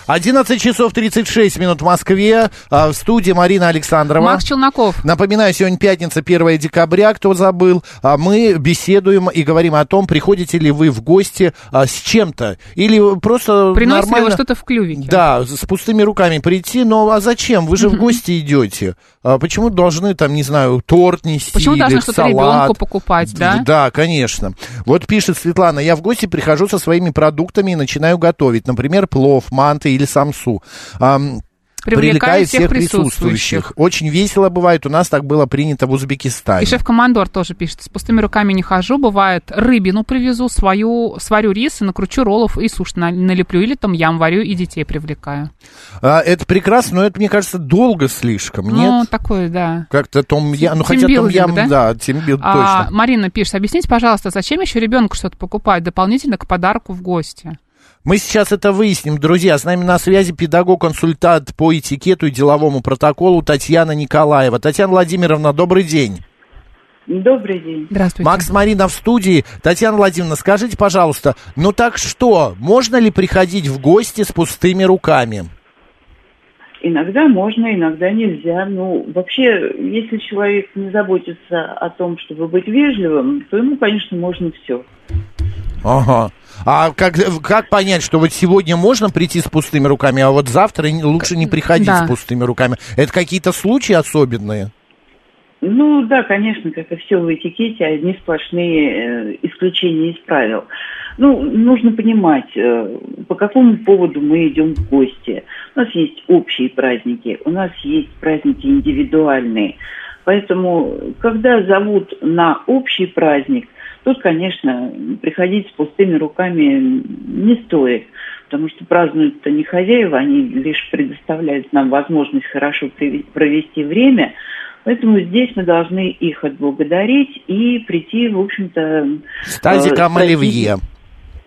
[SPEAKER 1] 11 часов 36 минут в Москве. А, В студии Марина Александрова.
[SPEAKER 2] Макс Челноков.
[SPEAKER 1] Напоминаю, сегодня пятница, 1 декабря, кто забыл. А Мы беседуем и говорим о том, приходите ли вы в гости а, с чем-то. Или просто
[SPEAKER 2] Приносит ли
[SPEAKER 1] нормально...
[SPEAKER 2] вы что-то в клювике?
[SPEAKER 1] Да, с пустыми руками прийти, но а зачем? Вы же в гости идете. А Почему должны, там, не знаю, торт нести
[SPEAKER 2] Почему
[SPEAKER 1] или
[SPEAKER 2] должны что-то
[SPEAKER 1] салат?
[SPEAKER 2] ребенку покупать, да?
[SPEAKER 1] Да, конечно. Вот пишет Светлана, я в гости прихожу со своими продуктами и начинаю готовить, например, плов, манты или самсу. Ам,
[SPEAKER 2] Привлекая
[SPEAKER 1] всех, присутствующих. Очень весело бывает. У нас так было принято в Узбекистане.
[SPEAKER 2] И шеф-командор тоже пишет, с пустыми руками не хожу, бывает, рыбину привезу, свою, сварю рис и накручу роллов и суш на- налеплю, или там ям варю и детей привлекаю.
[SPEAKER 1] А, это прекрасно, но это, мне кажется, долго слишком,
[SPEAKER 2] Ну,
[SPEAKER 1] нет?
[SPEAKER 2] такое, да.
[SPEAKER 1] Как-то том я, ну хотя том
[SPEAKER 2] тимбилдинг,
[SPEAKER 1] ям,
[SPEAKER 2] да?
[SPEAKER 1] да, тимбилд,
[SPEAKER 2] А,
[SPEAKER 1] точно.
[SPEAKER 2] Марина пишет, объясните, пожалуйста, зачем еще ребенку что-то покупать дополнительно к подарку в гости?
[SPEAKER 1] Мы сейчас это выясним, друзья. С нами на связи педагог-консультант по этикету и деловому протоколу Татьяна Николаева. Татьяна Владимировна, добрый день.
[SPEAKER 6] Добрый день.
[SPEAKER 2] Здравствуйте.
[SPEAKER 1] Макс Марина в студии. Татьяна Владимировна, скажите, пожалуйста, ну так что, можно ли приходить в гости с пустыми руками?
[SPEAKER 6] Иногда можно, иногда нельзя. Ну, вообще, если человек не заботится о том, чтобы быть вежливым, то ему, конечно, можно все.
[SPEAKER 1] Ага. А как, как понять, что вот сегодня можно прийти с пустыми руками, а вот завтра не- лучше не приходить
[SPEAKER 2] Да.
[SPEAKER 1] с пустыми руками? Это какие-то случаи особенные?
[SPEAKER 6] Ну да, конечно, как и все в этикете, одни сплошные э, исключения из правил. Ну, нужно понимать, э, по какому поводу мы идем в гости. У нас есть общие праздники, у нас есть праздники индивидуальные. Поэтому, когда зовут на общий праздник, тут, конечно, приходить с пустыми руками не стоит. Потому что празднуют-то не хозяева, они лишь предоставляют нам возможность хорошо приве- провести время. Поэтому здесь мы должны их отблагодарить и прийти, в общем-то...
[SPEAKER 1] С тазиком
[SPEAKER 6] э,
[SPEAKER 1] оливье.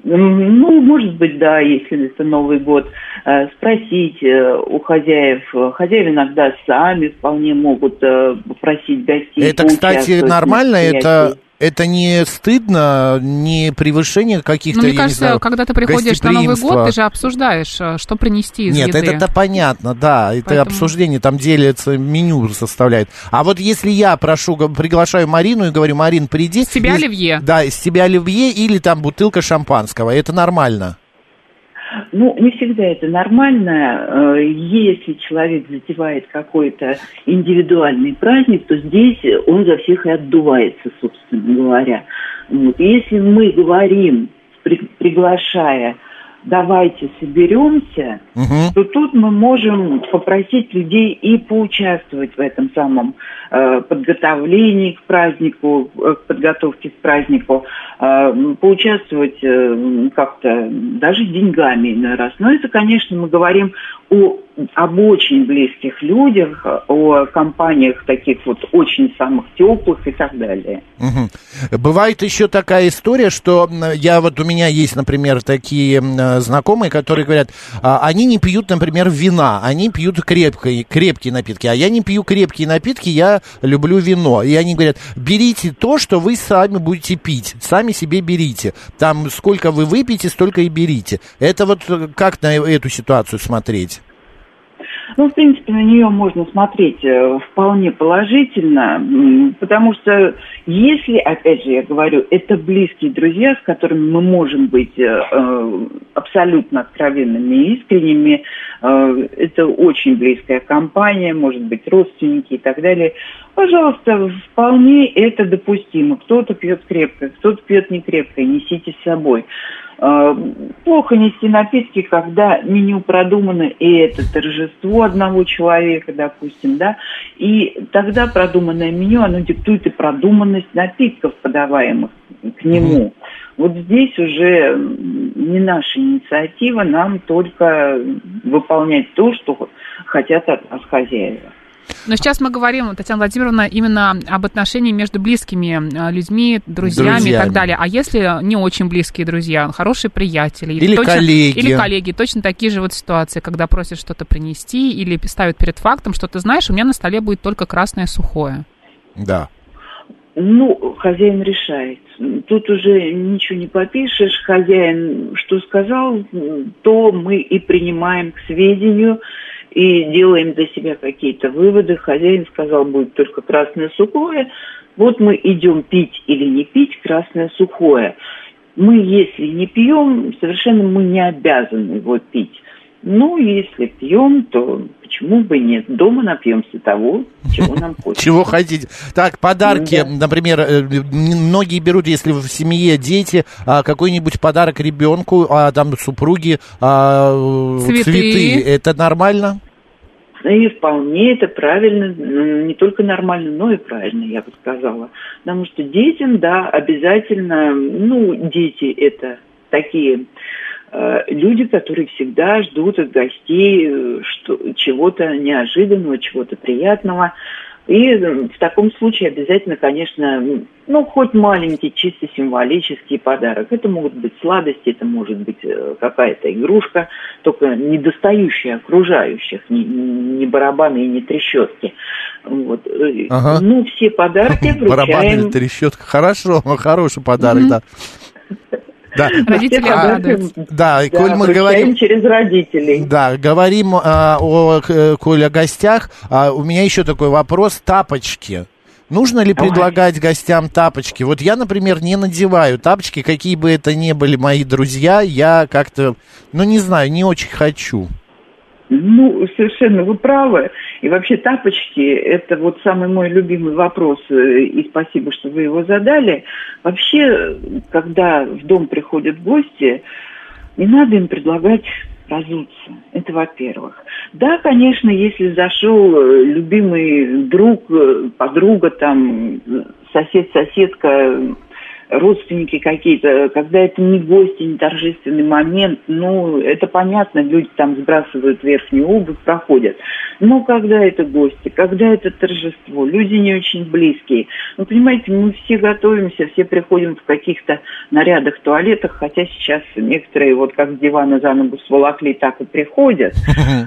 [SPEAKER 6] М, Ну, может быть, да, если это Новый год, э, спросить э, у хозяев. Э, Хозяева иногда сами вполне могут э, попросить гостей.
[SPEAKER 1] Это, кстати,
[SPEAKER 6] поучаствовать в
[SPEAKER 1] нормально? Это,
[SPEAKER 6] мероприятии.
[SPEAKER 1] это не стыдно, не превышение
[SPEAKER 2] Ну,
[SPEAKER 1] каких-то,
[SPEAKER 2] мне
[SPEAKER 1] я не
[SPEAKER 2] кажется,
[SPEAKER 1] знаю,
[SPEAKER 2] когда ты приходишь на Новый год,
[SPEAKER 1] гостеприимства?
[SPEAKER 2] ты же обсуждаешь, э, что принести из
[SPEAKER 1] Нет,
[SPEAKER 2] еды.
[SPEAKER 1] это-то понятно, да, это
[SPEAKER 2] Поэтому-
[SPEAKER 1] обсуждение, там делится, меню составляет. А вот если я прошу, г- приглашаю Марину и говорю, Марин, приди. С
[SPEAKER 2] тебя оливье.
[SPEAKER 1] Да, из тебя оливье или там бутылка шампанского, это нормально.
[SPEAKER 6] Ну, не всегда это нормально. Э, Если человек затевает какой-то индивидуальный праздник, то здесь он за всех и отдувается, собственно говоря. Вот. Если мы говорим, при- приглашая, давайте соберемся,
[SPEAKER 1] Мгм.
[SPEAKER 6] то тут мы можем попросить людей и поучаствовать в этом самом э, подготовлении к празднику, э, к подготовке к празднику, э, м, поучаствовать э, м, как-то м, даже деньгами иной раз. Но это, конечно, мы говорим о, об очень близких людях, э, о компаниях таких вот очень самых теплых и так далее.
[SPEAKER 1] Мгм. Бывает еще такая история, что м, я вот у меня есть, например, такие м, э, знакомые, которые говорят, а, они не пьют, например, вина, они пьют крепкие, крепкие напитки, а я не пью крепкие напитки, я люблю вино. И они говорят, берите то, что вы сами будете пить, сами себе берите. Там сколько вы выпьете, столько и берите. Это вот э, как на эту ситуацию смотреть?
[SPEAKER 6] Ну, в принципе, на нее можно смотреть э, вполне положительно, м, потому что если, опять же, я говорю, это близкие друзья, с которыми мы можем быть э, э, абсолютно откровенными и искренними, э, это очень близкая компания, может быть, родственники и так далее, пожалуйста, вполне это допустимо. Кто-то пьет крепко, кто-то пьет не крепко, несите с собой. Э, Плохо нести напитки, когда меню продумано, и это торжество одного человека, допустим, да, и тогда продуманное меню, оно диктует и продуманность напитков, подаваемых к нему. Вот здесь уже м, не наша инициатива, нам только выполнять то, что хотят от нас хозяева.
[SPEAKER 2] Но сейчас мы говорим, Татьяна Владимировна, именно об отношении между близкими э, людьми, друзьями, и
[SPEAKER 1] Друзьями.
[SPEAKER 2] так далее. А если не очень близкие друзья, хорошие приятели
[SPEAKER 1] Или
[SPEAKER 2] точно-
[SPEAKER 1] коллеги.
[SPEAKER 2] или коллеги, точно такие же вот ситуации, когда просят что-то принести или ставят перед фактом, что ты знаешь, у меня на столе будет только красное сухое.
[SPEAKER 1] Да.
[SPEAKER 6] Ну, хозяин решает. Тут уже ничего не попишешь. Хозяин что сказал, то мы и принимаем к сведению и делаем для себя какие-то выводы. Хозяин сказал, будет только красное сухое. Вот мы идем пить или не пить красное сухое. Мы, если не пьем, совершенно мы не обязаны его пить. Ну, если пьем, то почему бы нет? Дома напьемся того, чего нам хочется.
[SPEAKER 1] Чего хотите. Так, подарки,
[SPEAKER 6] Ну, Да.
[SPEAKER 1] например, э, м- многие берут, если в семье дети, а, какой-нибудь подарок ребенку, а там супруги а, э,
[SPEAKER 2] Цветы.
[SPEAKER 1] цветы. Это нормально?
[SPEAKER 6] И вполне это правильно, м, не только нормально, но и правильно, я бы сказала. Потому что детям, да, обязательно, ну, дети это такие э, люди, которые всегда ждут от гостей э, что, чего-то неожиданного, чего-то приятного. И э, в таком случае обязательно, конечно, м, ну, хоть маленький, чисто символический подарок. Это могут быть сладости, это может быть э, какая-то игрушка, только недостающая окружающих, не, не барабаны и не трещотки. Вот. Э,
[SPEAKER 1] Ага.
[SPEAKER 6] Ну,
[SPEAKER 1] [LAUGHS]
[SPEAKER 6] все подарки
[SPEAKER 1] Барабан или
[SPEAKER 6] вручаем
[SPEAKER 1] Хм, трещотка. Хорошо, [LAUGHS] хороший подарок, да. Да.
[SPEAKER 2] Родители
[SPEAKER 6] А,
[SPEAKER 2] обрадуются.
[SPEAKER 1] Да, и
[SPEAKER 6] да,
[SPEAKER 1] коль мы
[SPEAKER 6] вручаем
[SPEAKER 1] говорим...
[SPEAKER 6] через родителей.
[SPEAKER 1] Да, говорим а, о, к- коль о гостях. А, у меня еще такой вопрос. Тапочки. Нужно ли предлагать гостям тапочки? Вот я, например, не надеваю тапочки, какие бы это ни были мои друзья, я как-то, ну не знаю, не очень хочу.
[SPEAKER 6] Ну, совершенно вы правы. И вообще тапочки – это вот самый мой любимый вопрос, э, и спасибо, что вы его задали. Вообще, э, когда в дом приходят гости, не надо им предлагать разуться. Это во-первых. Да, конечно, если зашел э, любимый друг, э, подруга, там, э, сосед, соседка, э, родственники какие-то, когда это не гости, не торжественный момент, ну, это понятно, люди там сбрасывают верхнюю обувь, проходят. Но когда это гости, когда это торжество, люди не очень близкие. Ну, понимаете, мы все готовимся, все приходим в каких-то нарядах, туалетах, хотя сейчас некоторые вот как с дивана за ногу сволокли, так
[SPEAKER 1] [LAUGHS]
[SPEAKER 6] и приходят.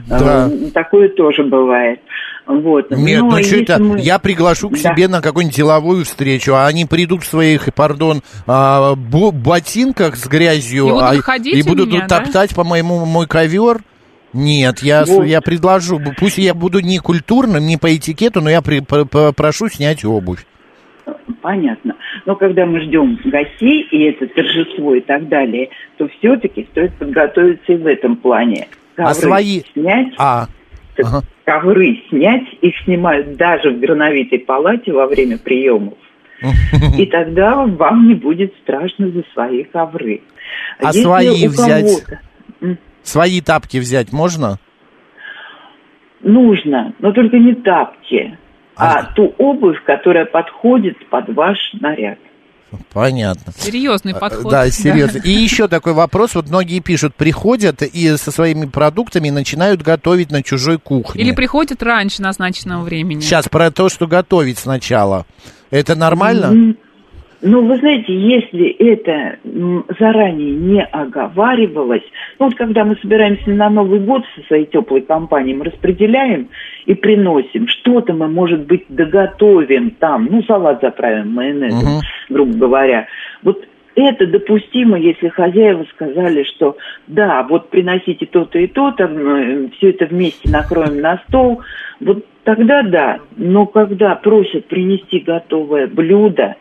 [SPEAKER 1] Да.
[SPEAKER 6] Э, Такое тоже бывает. Вот.
[SPEAKER 1] Нет,
[SPEAKER 6] Но
[SPEAKER 1] ну что
[SPEAKER 6] если
[SPEAKER 1] это?
[SPEAKER 6] мы-
[SPEAKER 1] Я приглашу к
[SPEAKER 6] Да.
[SPEAKER 1] себе на какую-нибудь деловую встречу, а они придут в своих, пардон, а, бо- ботинках с грязью
[SPEAKER 2] И будут
[SPEAKER 1] а,
[SPEAKER 2] ходить
[SPEAKER 1] и
[SPEAKER 2] у
[SPEAKER 1] будут
[SPEAKER 2] меня, да?
[SPEAKER 1] топтать, по-моему, мой ковер. Нет, я, с-
[SPEAKER 6] Вот.
[SPEAKER 1] я предложу, пусть я буду не культурным, не по этикету, но я при- по- по- прошу снять обувь.
[SPEAKER 6] Понятно. Но когда мы ждем гостей, и это торжество и так далее, то все-таки стоит подготовиться и в этом плане.
[SPEAKER 1] А свои-
[SPEAKER 6] снять,
[SPEAKER 1] А,
[SPEAKER 6] так,
[SPEAKER 1] ага.
[SPEAKER 6] ковры снять, их снимают даже в грановитой палате во время
[SPEAKER 1] [LAUGHS]
[SPEAKER 6] приемов. И тогда вам не будет страшно за свои ковры.
[SPEAKER 1] А
[SPEAKER 6] Если
[SPEAKER 1] свои
[SPEAKER 6] у
[SPEAKER 1] взять?
[SPEAKER 6] кого-то
[SPEAKER 1] свои тапки взять можно?
[SPEAKER 6] Нужно, но только не тапки, а,
[SPEAKER 1] А.
[SPEAKER 6] ту обувь, которая подходит под ваш наряд.
[SPEAKER 1] Понятно. Э,
[SPEAKER 2] Серьезный подход.
[SPEAKER 1] А, Да, серьезно. И еще такой вопрос. Вот многие пишут, приходят и со своими продуктами начинают готовить на чужой кухне.
[SPEAKER 2] Или приходит раньше назначенного времени.
[SPEAKER 1] Сейчас про то, что готовить сначала. Это нормально?
[SPEAKER 6] М, Ну, вы знаете, если это м, заранее не оговаривалось, ну вот когда мы собираемся на Новый год со своей теплой компанией, мы распределяем и приносим, что-то мы, может быть, доготовим там, ну, салат заправим майонезом,
[SPEAKER 1] Мгм.
[SPEAKER 6] грубо говоря. Вот это допустимо, если хозяева сказали, что да, вот приносите то-то и то-то, все это вместе накроем на стол. Вот тогда да, но когда просят принести готовое блюдо,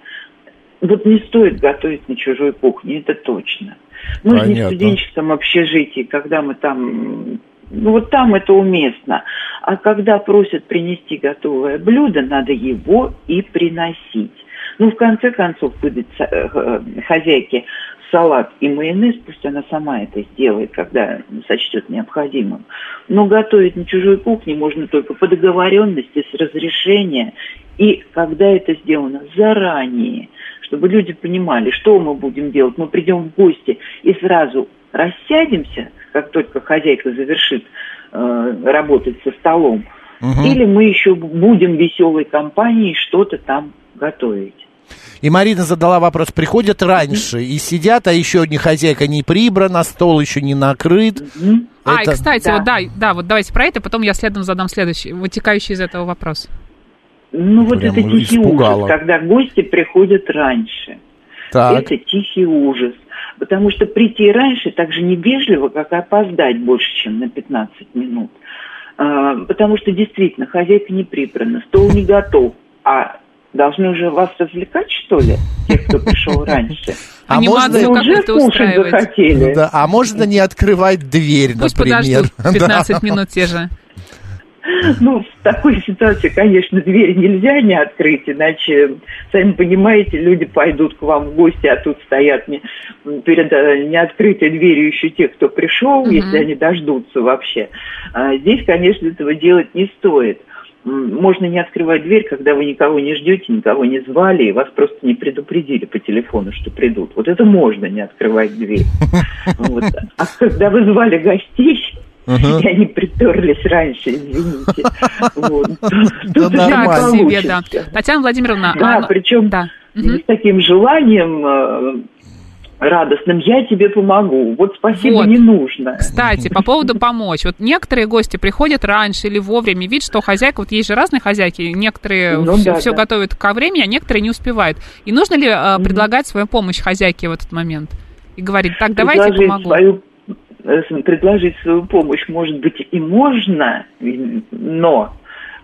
[SPEAKER 6] вот не стоит готовить на чужой кухне, это точно. Мы же не в
[SPEAKER 1] Понятно.
[SPEAKER 6] студенческом общежитии, когда мы там... Ну вот там это уместно. А когда просят принести готовое блюдо, надо его и приносить. Ну, в конце концов, выдать са- э, э, хозяйке салат и майонез, пусть она сама это сделает, когда сочтет необходимым. Но готовить на чужой кухне можно только по договоренности, с разрешения, и когда это сделано заранее, чтобы люди понимали, что мы будем делать. Мы придем в гости и сразу рассядемся, как только хозяйка завершит э, работать со столом,
[SPEAKER 1] Мгм.
[SPEAKER 6] или мы еще будем веселой компанией что-то там готовить.
[SPEAKER 1] И Марина задала вопрос, приходят раньше и сидят, а еще не хозяйка не прибрана, стол еще не накрыт.
[SPEAKER 6] Мгм.
[SPEAKER 2] А,
[SPEAKER 1] Это-
[SPEAKER 2] и, кстати,
[SPEAKER 6] Да.
[SPEAKER 2] вот да, да, вот давайте про это, потом я следом задам следующий, вытекающий из этого вопрос.
[SPEAKER 6] Ну вот
[SPEAKER 1] Прям
[SPEAKER 6] это тихий
[SPEAKER 1] испугало.
[SPEAKER 6] ужас, когда гости приходят раньше.
[SPEAKER 1] Так.
[SPEAKER 6] Это тихий ужас. Потому что прийти раньше так же невежливо, как и опоздать больше, чем на 15 минут. А, Потому что действительно хозяйка не прибрана, стол не готов. А должны уже вас развлекать, что ли, те, кто пришел раньше?
[SPEAKER 1] А можно-
[SPEAKER 6] Вы уже кушать захотели?
[SPEAKER 1] Да, а можно не открывать дверь,
[SPEAKER 2] Пусть
[SPEAKER 1] например?
[SPEAKER 2] подождут 15
[SPEAKER 1] [LAUGHS] Да.
[SPEAKER 2] минут те же.
[SPEAKER 6] Ну, в такой ситуации, конечно, дверь нельзя не открыть, иначе, сами понимаете, люди пойдут к вам в гости, а тут стоят не, перед э, неоткрытой дверью еще те, кто пришел,
[SPEAKER 2] Мгм.
[SPEAKER 6] если они дождутся вообще. А здесь, конечно, этого делать не стоит. М, Можно не открывать дверь, когда вы никого не ждете, никого не звали, и вас просто не предупредили по телефону, что придут. Вот это можно не открывать дверь. Вот. А когда вы звали гостей,
[SPEAKER 1] Мгм.
[SPEAKER 6] и они приперлись раньше, извините. Вот. Тут уже не
[SPEAKER 2] Так
[SPEAKER 1] нормально.
[SPEAKER 2] себе, да.
[SPEAKER 6] получится.
[SPEAKER 2] Татьяна Владимировна, а,
[SPEAKER 6] Да,
[SPEAKER 2] ну,
[SPEAKER 6] причем
[SPEAKER 2] да. Мгм.
[SPEAKER 6] с таким желанием э, радостным «я тебе помогу». Вот спасибо
[SPEAKER 2] Вот.
[SPEAKER 6] не нужно.
[SPEAKER 2] Кстати, по поводу помочь. Вот некоторые гости приходят раньше или вовремя, видят, что хозяйка, вот есть же разные хозяйки, некоторые
[SPEAKER 6] Ну
[SPEAKER 2] все,
[SPEAKER 6] да, да.
[SPEAKER 2] готовят ко времени, а некоторые не успевают. И нужно ли э, предлагать свою помощь хозяйке в этот момент? И говорить, так, давайте я
[SPEAKER 6] предложить
[SPEAKER 2] помогу.
[SPEAKER 6] свою э, с- предложить свою помощь, может быть, и можно, и- но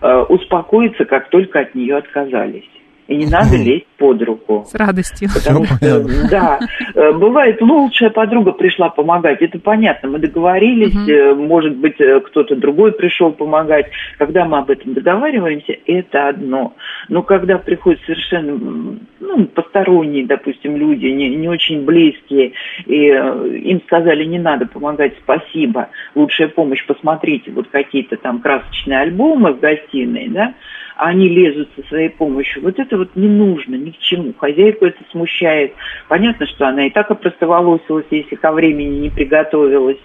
[SPEAKER 6] э, успокоиться, как только от нее отказались. И не надо лезть под руку.
[SPEAKER 2] С радостью.
[SPEAKER 6] Потому
[SPEAKER 1] Всё
[SPEAKER 6] что, да, э, бывает, лучшая подруга пришла помогать, это понятно, мы договорились,
[SPEAKER 2] Мгм.
[SPEAKER 6] э, может быть, э, кто-то другой пришел помогать. Когда мы об этом договариваемся, это одно. Но когда приходят совершенно м, ну, посторонние, допустим, люди, не, не очень близкие, и э, им сказали, не надо помогать, спасибо, лучшая помощь, посмотрите, вот какие-то там красочные альбомы в гостиной, да, они лезут со своей помощью. Вот это вот не нужно ни к чему. Хозяйку это смущает. Понятно, что она и так опростоволосилась, если ко времени не приготовилась.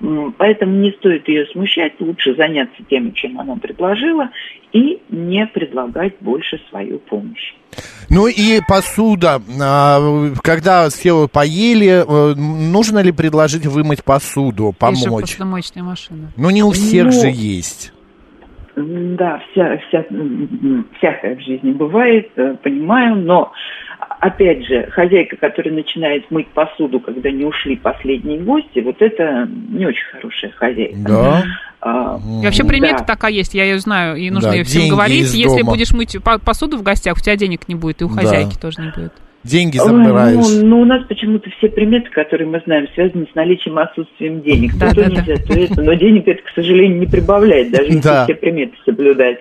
[SPEAKER 6] М, Поэтому не стоит ее смущать, лучше заняться тем, чем она предложила, и не предлагать больше свою помощь.
[SPEAKER 1] [LAUGHS] Ну и посуда. А, Когда все поели, э, нужно ли предложить вымыть посуду,
[SPEAKER 2] Есть же
[SPEAKER 1] помочь?
[SPEAKER 2] посудомоечная машина.
[SPEAKER 1] Ну не у всех
[SPEAKER 6] Ну,
[SPEAKER 1] же есть.
[SPEAKER 6] М, Да, вся, вся, м, всякое в жизни бывает, э, понимаю, но опять же, хозяйка, которая начинает мыть посуду, когда не ушли последние гости, вот это не очень хорошая хозяйка.
[SPEAKER 1] Да.
[SPEAKER 6] А,
[SPEAKER 2] И вообще примета
[SPEAKER 6] Да.
[SPEAKER 2] такая есть, я ее знаю, и нужно
[SPEAKER 1] Да,
[SPEAKER 2] ее всем
[SPEAKER 1] деньги
[SPEAKER 2] говорить.
[SPEAKER 1] из
[SPEAKER 2] Если
[SPEAKER 1] дома.
[SPEAKER 2] будешь мыть по- посуду в гостях, у тебя денег не будет, и у
[SPEAKER 1] Да.
[SPEAKER 2] хозяйки тоже не будет.
[SPEAKER 1] Деньги
[SPEAKER 6] Ой,
[SPEAKER 1] забираешь.
[SPEAKER 6] Ну, ну, у нас почему-то все приметы, которые мы знаем, связаны с наличием и отсутствием денег.
[SPEAKER 2] Да,
[SPEAKER 6] То то
[SPEAKER 2] да,
[SPEAKER 6] нельзя, то это, но денег это, к сожалению, не прибавляет, даже если
[SPEAKER 1] Да.
[SPEAKER 6] все приметы соблюдать.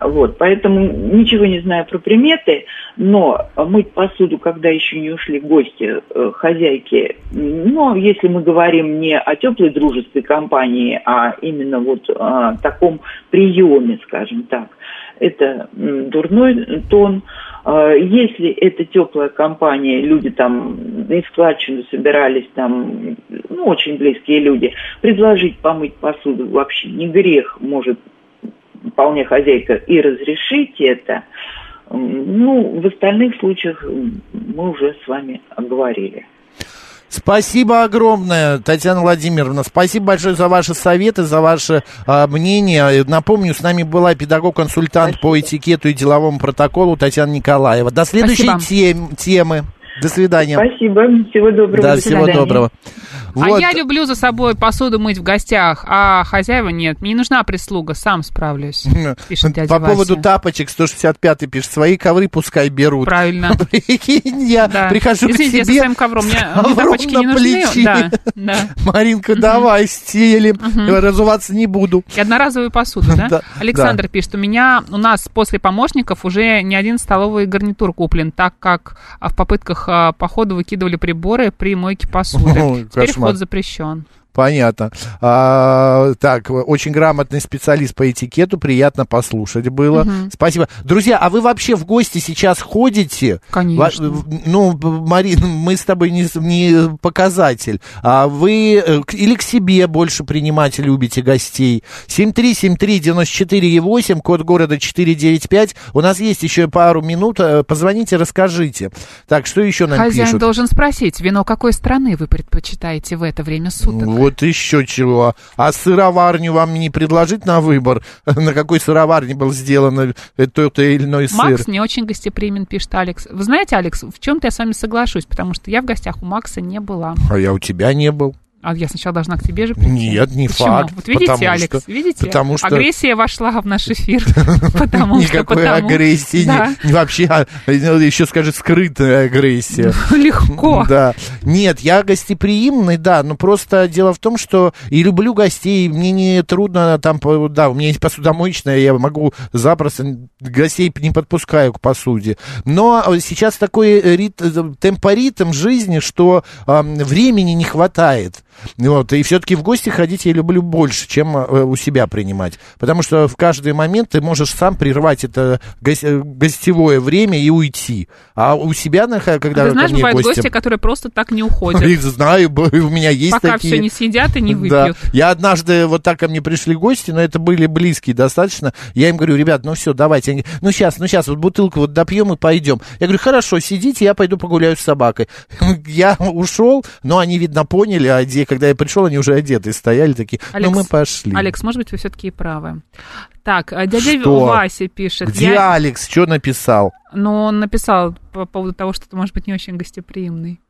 [SPEAKER 6] Вот, поэтому ничего не знаю про приметы, но мыть посуду, когда еще не ушли гости, э, хозяйки, но если мы говорим не о теплой дружеской компании, а именно вот о таком приеме, скажем так, это м, дурной тон. Э, Если это теплая компания, люди там и в складчину собирались, там, ну, очень близкие люди, предложить помыть посуду вообще не грех, может вполне хозяйка и разрешить это. М, Ну, в остальных случаях м, мы уже с вами говорили.
[SPEAKER 1] Спасибо огромное, Татьяна Владимировна. Спасибо большое за ваши советы, за ваше а, мнение. Напомню, с нами была педагог-консультант по этикету и деловому протоколу Татьяна Николаева. До следующей
[SPEAKER 2] Спасибо.
[SPEAKER 1] тем- темы. До свидания.
[SPEAKER 6] Спасибо, всего доброго.
[SPEAKER 1] Да,
[SPEAKER 6] до
[SPEAKER 1] всего
[SPEAKER 6] свидания.
[SPEAKER 1] доброго.
[SPEAKER 2] А
[SPEAKER 1] Вот.
[SPEAKER 2] я люблю за собой посуду мыть в гостях, а хозяева нет. Мне не нужна прислуга, сам справлюсь. Пишет дядя
[SPEAKER 1] По поводу
[SPEAKER 2] Вася.
[SPEAKER 1] тапочек 165 пишет, свои ковры пускай берут.
[SPEAKER 2] Правильно.
[SPEAKER 1] Прикинь, [LAUGHS] я
[SPEAKER 2] Да.
[SPEAKER 1] прихожу
[SPEAKER 2] Извините,
[SPEAKER 1] к себе
[SPEAKER 2] я со своим ковром. Мне,
[SPEAKER 1] с
[SPEAKER 2] мне
[SPEAKER 1] ковром
[SPEAKER 2] тапочки
[SPEAKER 1] на
[SPEAKER 2] не нужны.
[SPEAKER 1] плече.
[SPEAKER 2] Да, да.
[SPEAKER 1] Маринка, давай, стелим, разуваться не буду.
[SPEAKER 2] И одноразовую посуду, да?
[SPEAKER 1] Да,
[SPEAKER 2] Александр пишет, у меня, у нас после помощников уже не один столовый гарнитур куплен, так как а, в попытках а, по ходу выкидывали приборы при мойке
[SPEAKER 1] Ой,
[SPEAKER 2] посуды. Теперь
[SPEAKER 1] кошмар.
[SPEAKER 2] вход запрещен.
[SPEAKER 1] Понятно. А, так, очень грамотный специалист по этикету, приятно послушать было. Спасибо. Друзья, а вы вообще в гости сейчас ходите?
[SPEAKER 2] Конечно.
[SPEAKER 1] Ва- в- ну, б- Марин, [LAUGHS] мы с тобой не, с- не показатель. А вы э, к- или к себе больше принимать любите гостей? 7373948, код города 495. У нас есть еще пару минут. Э, Позвоните, расскажите. Так, что еще нам
[SPEAKER 2] Хозяин
[SPEAKER 1] пишут?
[SPEAKER 2] должен спросить, вино какой страны вы предпочитаете в это время суток?
[SPEAKER 1] вот еще чего. А сыроварню вам не предложить на выбор, [LAUGHS] на какой сыроварне был сделан э, тот или иной сыр?
[SPEAKER 2] Макс не очень гостеприимен, пишет Алекс. Вы знаете, Алекс, в чем-то я с вами соглашусь, потому что я в гостях у Макса не была.
[SPEAKER 1] А я у тебя не был.
[SPEAKER 2] А я сначала должна к тебе же прийти.
[SPEAKER 1] Нет, не
[SPEAKER 2] Почему?
[SPEAKER 1] факт.
[SPEAKER 2] Вот видите,
[SPEAKER 1] потому
[SPEAKER 2] Алекс,
[SPEAKER 1] что-
[SPEAKER 2] видите?
[SPEAKER 1] Потому что
[SPEAKER 2] Агрессия вошла в наш
[SPEAKER 1] [LAUGHS]
[SPEAKER 2] эфир. Потому что...
[SPEAKER 1] никакой
[SPEAKER 2] потому-
[SPEAKER 1] агрессии
[SPEAKER 2] Да. [LAUGHS]
[SPEAKER 1] не- не вообще, а, э, еще скажи, скрытая агрессия.
[SPEAKER 2] Легко.
[SPEAKER 1] Да. Нет, я гостеприимный, да, но просто дело в том, что и люблю гостей, и мне не трудно там, по- да, у меня есть посудомоечная, я могу запросто гостей не подпускаю к посуде. Но э, сейчас такой рит, э, темпоритм жизни, что э, времени не хватает. Вот, и все-таки в гости ходить я люблю больше, чем э, у себя принимать. Потому что в каждый момент ты можешь сам прервать это гос- э, гостевое время и уйти. А у себя, наха- когда
[SPEAKER 2] А ты знаешь,
[SPEAKER 1] ко мне
[SPEAKER 2] бывают
[SPEAKER 1] гости-
[SPEAKER 2] гости, которые просто так не
[SPEAKER 1] и
[SPEAKER 2] уходят.
[SPEAKER 1] [LAUGHS] знаю, б- у меня есть
[SPEAKER 2] Пока
[SPEAKER 1] такие.
[SPEAKER 2] все не съедят и не
[SPEAKER 1] Да.
[SPEAKER 2] выпьют.
[SPEAKER 1] Я однажды вот так ко мне пришли гости, но это были близкие достаточно. Я им говорю, ребят, ну все, давайте. Они, ну сейчас, ну сейчас, вот бутылку вот допьем и пойдем. Я говорю, хорошо, сидите, я пойду погуляю с собакой. [LAUGHS] Я ушел, но они, видно, поняли, а где, когда я пришел, они уже одетые стояли такие. ну мы пошли.
[SPEAKER 2] Алекс, может быть, вы все-таки и правы. Так, э, дядя
[SPEAKER 1] Что?
[SPEAKER 2] Вася пишет.
[SPEAKER 1] где А?
[SPEAKER 2] я-
[SPEAKER 1] Алекс? Что написал?
[SPEAKER 2] Но он написал по поводу того, что ты, может быть, не очень гостеприимный.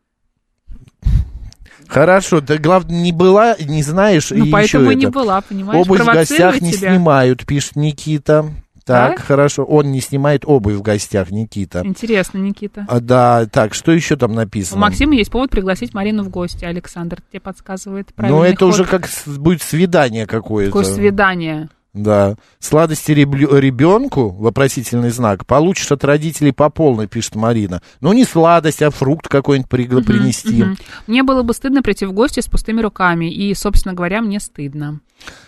[SPEAKER 1] Хорошо, да, главное, не была, не знаешь,
[SPEAKER 2] Ну,
[SPEAKER 1] и
[SPEAKER 2] поэтому
[SPEAKER 1] еще
[SPEAKER 2] и не
[SPEAKER 1] это.
[SPEAKER 2] была, понимаешь?
[SPEAKER 1] Обувь в гостях
[SPEAKER 2] Провоцирую
[SPEAKER 1] не
[SPEAKER 2] тебя.
[SPEAKER 1] снимают, пишет Никита. Так,
[SPEAKER 2] Так.
[SPEAKER 1] хорошо. Он не снимает обувь в гостях, Никита.
[SPEAKER 2] Интересно, Никита.
[SPEAKER 1] А, да, так, что еще там
[SPEAKER 2] У
[SPEAKER 1] написано?
[SPEAKER 2] Максима есть повод пригласить Марину в гости. Александр тебе подсказывает правильный
[SPEAKER 1] ну, это
[SPEAKER 2] ход.
[SPEAKER 1] уже как с- будет свидание какое-то.
[SPEAKER 2] Такое свидание.
[SPEAKER 1] Да. Сладости реблю- ребенку, вопросительный знак, получишь от родителей по полной, пишет Марина. Ну, не сладость, а фрукт какой-нибудь пригла- принести.
[SPEAKER 2] Мгм. Мне было бы стыдно прийти в гости с пустыми руками. И, собственно говоря, мне стыдно.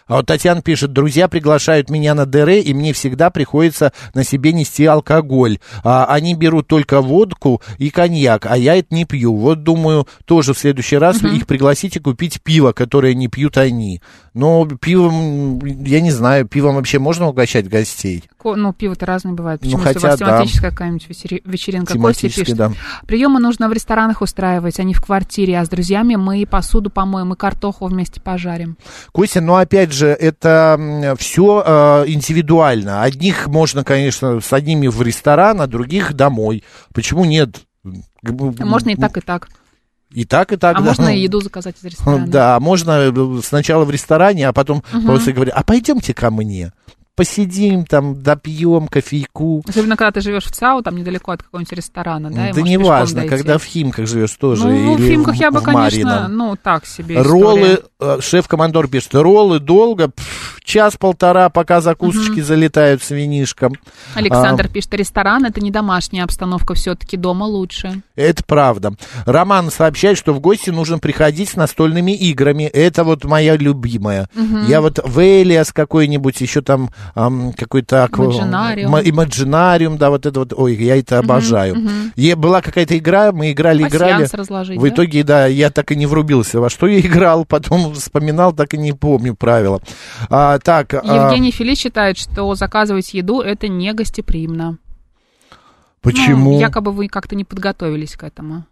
[SPEAKER 1] А вот Татьяна пишет, друзья приглашают меня на ДР, и мне всегда приходится на себе нести алкоголь. А, они берут только водку и коньяк, а я это не пью. Вот думаю, тоже в следующий раз их пригласите купить пиво, которое не пьют они. Но пивом, м, я не знаю, пивом вообще можно угощать гостей?
[SPEAKER 2] Ко- Ну, пиво-то разное бывает.
[SPEAKER 1] Ну,
[SPEAKER 2] Почему? Если у
[SPEAKER 1] хотя
[SPEAKER 2] вас
[SPEAKER 1] да.
[SPEAKER 2] тематическая какая-нибудь вечери- вечеринка. Костя
[SPEAKER 1] Тематически,
[SPEAKER 2] пишет.
[SPEAKER 1] да.
[SPEAKER 2] Приемы нужно в ресторанах устраивать, а не в квартире. А с друзьями мы и посуду помоем, и картоху вместе пожарим.
[SPEAKER 1] Костя, но опять же, это все индивидуально. Одних можно, конечно, с одними в ресторан, а других домой. Почему нет?
[SPEAKER 2] Можно и так, и так.
[SPEAKER 1] И так, и так.
[SPEAKER 2] а
[SPEAKER 1] да.
[SPEAKER 2] можно и еду заказать из ресторана.
[SPEAKER 1] [LAUGHS] Да, можно э, сначала в ресторане, а потом
[SPEAKER 2] Мгм.
[SPEAKER 1] просто говорить, а пойдемте ко мне, посидим там, допьем кофейку.
[SPEAKER 2] Особенно, когда ты живешь в ЦАУ, там недалеко от какого-нибудь ресторана, да? и
[SPEAKER 1] да
[SPEAKER 2] можешь
[SPEAKER 1] не
[SPEAKER 2] пешком
[SPEAKER 1] важно,
[SPEAKER 2] дойти.
[SPEAKER 1] когда в Химках живешь тоже.
[SPEAKER 2] Ну, в
[SPEAKER 1] или
[SPEAKER 2] Химках я бы,
[SPEAKER 1] в
[SPEAKER 2] конечно,
[SPEAKER 1] Марьино.
[SPEAKER 2] ну, так себе история.
[SPEAKER 1] Роллы, э, шеф-командор пишет, роллы долго, пф, час-полтора, пока закусочки залетают с винишком. а,
[SPEAKER 2] Александр пишет, ресторан – это не домашняя обстановка, все-таки дома лучше.
[SPEAKER 1] Это правда. Роман сообщает, что в гости нужно приходить с настольными играми. Это вот моя любимая.
[SPEAKER 2] Мгм.
[SPEAKER 1] Я вот Велиас какой-нибудь, еще там ам, какой-то... аква-
[SPEAKER 2] Imaginarium.
[SPEAKER 1] Ма- Imaginarium, да, вот это вот. Ой, я это обожаю.
[SPEAKER 2] мгм.
[SPEAKER 1] Е- была какая-то игра, мы играли, играли.
[SPEAKER 2] Пассианс разложить,
[SPEAKER 1] В
[SPEAKER 2] да?
[SPEAKER 1] итоге, да, я так и не врубился, во что я играл, [LAUGHS] потом вспоминал, так и не помню правила. А, так, а,
[SPEAKER 2] Евгений Филис считает, что заказывать еду – это не гостеприимно.
[SPEAKER 1] почему?
[SPEAKER 2] Ну, якобы вы как-то не подготовились к этому.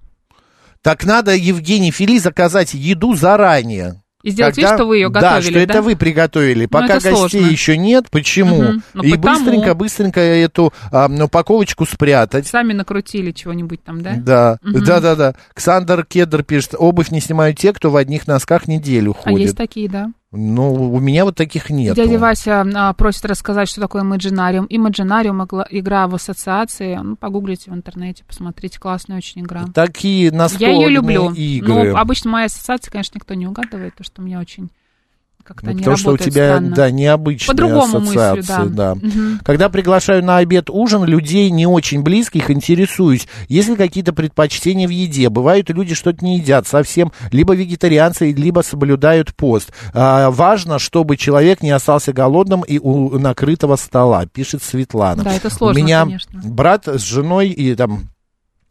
[SPEAKER 1] Так надо, Евгений Фили, заказать еду заранее.
[SPEAKER 2] И сделать вид, что вы ее
[SPEAKER 1] Да,
[SPEAKER 2] готовили,
[SPEAKER 1] что
[SPEAKER 2] да? Ну,
[SPEAKER 1] это вы приготовили. Пока
[SPEAKER 2] это
[SPEAKER 1] гостей
[SPEAKER 2] сложно.
[SPEAKER 1] еще нет. Почему?
[SPEAKER 2] Мгм. Ну,
[SPEAKER 1] И
[SPEAKER 2] потому.
[SPEAKER 1] быстренько-быстренько эту а, м, упаковочку спрятать.
[SPEAKER 2] Сами накрутили чего-нибудь там, да?
[SPEAKER 1] Да,
[SPEAKER 2] Мгм.
[SPEAKER 1] да, да, да. Ксандр Кедр пишет, обувь не снимают те, кто в одних носках неделю
[SPEAKER 2] А есть
[SPEAKER 1] ходит.
[SPEAKER 2] такие, да.
[SPEAKER 1] Ну, у меня вот таких нет.
[SPEAKER 2] Дядя Вася а, просит рассказать, что такое имаджинариум. Имаджинариум — игра в ассоциации. Ну, погуглите в интернете, посмотрите. Классная очень игра.
[SPEAKER 1] Такие
[SPEAKER 2] Я
[SPEAKER 1] настольные
[SPEAKER 2] ее люблю.
[SPEAKER 1] игры.
[SPEAKER 2] Но а обычно моя ассоциация, конечно, никто не угадывает, потому что у меня очень как-то
[SPEAKER 1] Ну,
[SPEAKER 2] не
[SPEAKER 1] потому что у
[SPEAKER 2] работает
[SPEAKER 1] тебя,
[SPEAKER 2] странно.
[SPEAKER 1] да, необычные
[SPEAKER 2] По-другому мыслю,
[SPEAKER 1] ассоциации,
[SPEAKER 2] да. Мгм.
[SPEAKER 1] Когда приглашаю на обед, ужин, людей не очень близких интересуюсь. Есть ли какие-то предпочтения в еде? Бывают люди что-то не едят совсем, либо вегетарианцы, либо соблюдают пост. А, важно, чтобы человек не остался голодным и у накрытого стола, пишет Светлана.
[SPEAKER 2] Да, это сложно,
[SPEAKER 1] У меня
[SPEAKER 2] конечно.
[SPEAKER 1] брат с женой и там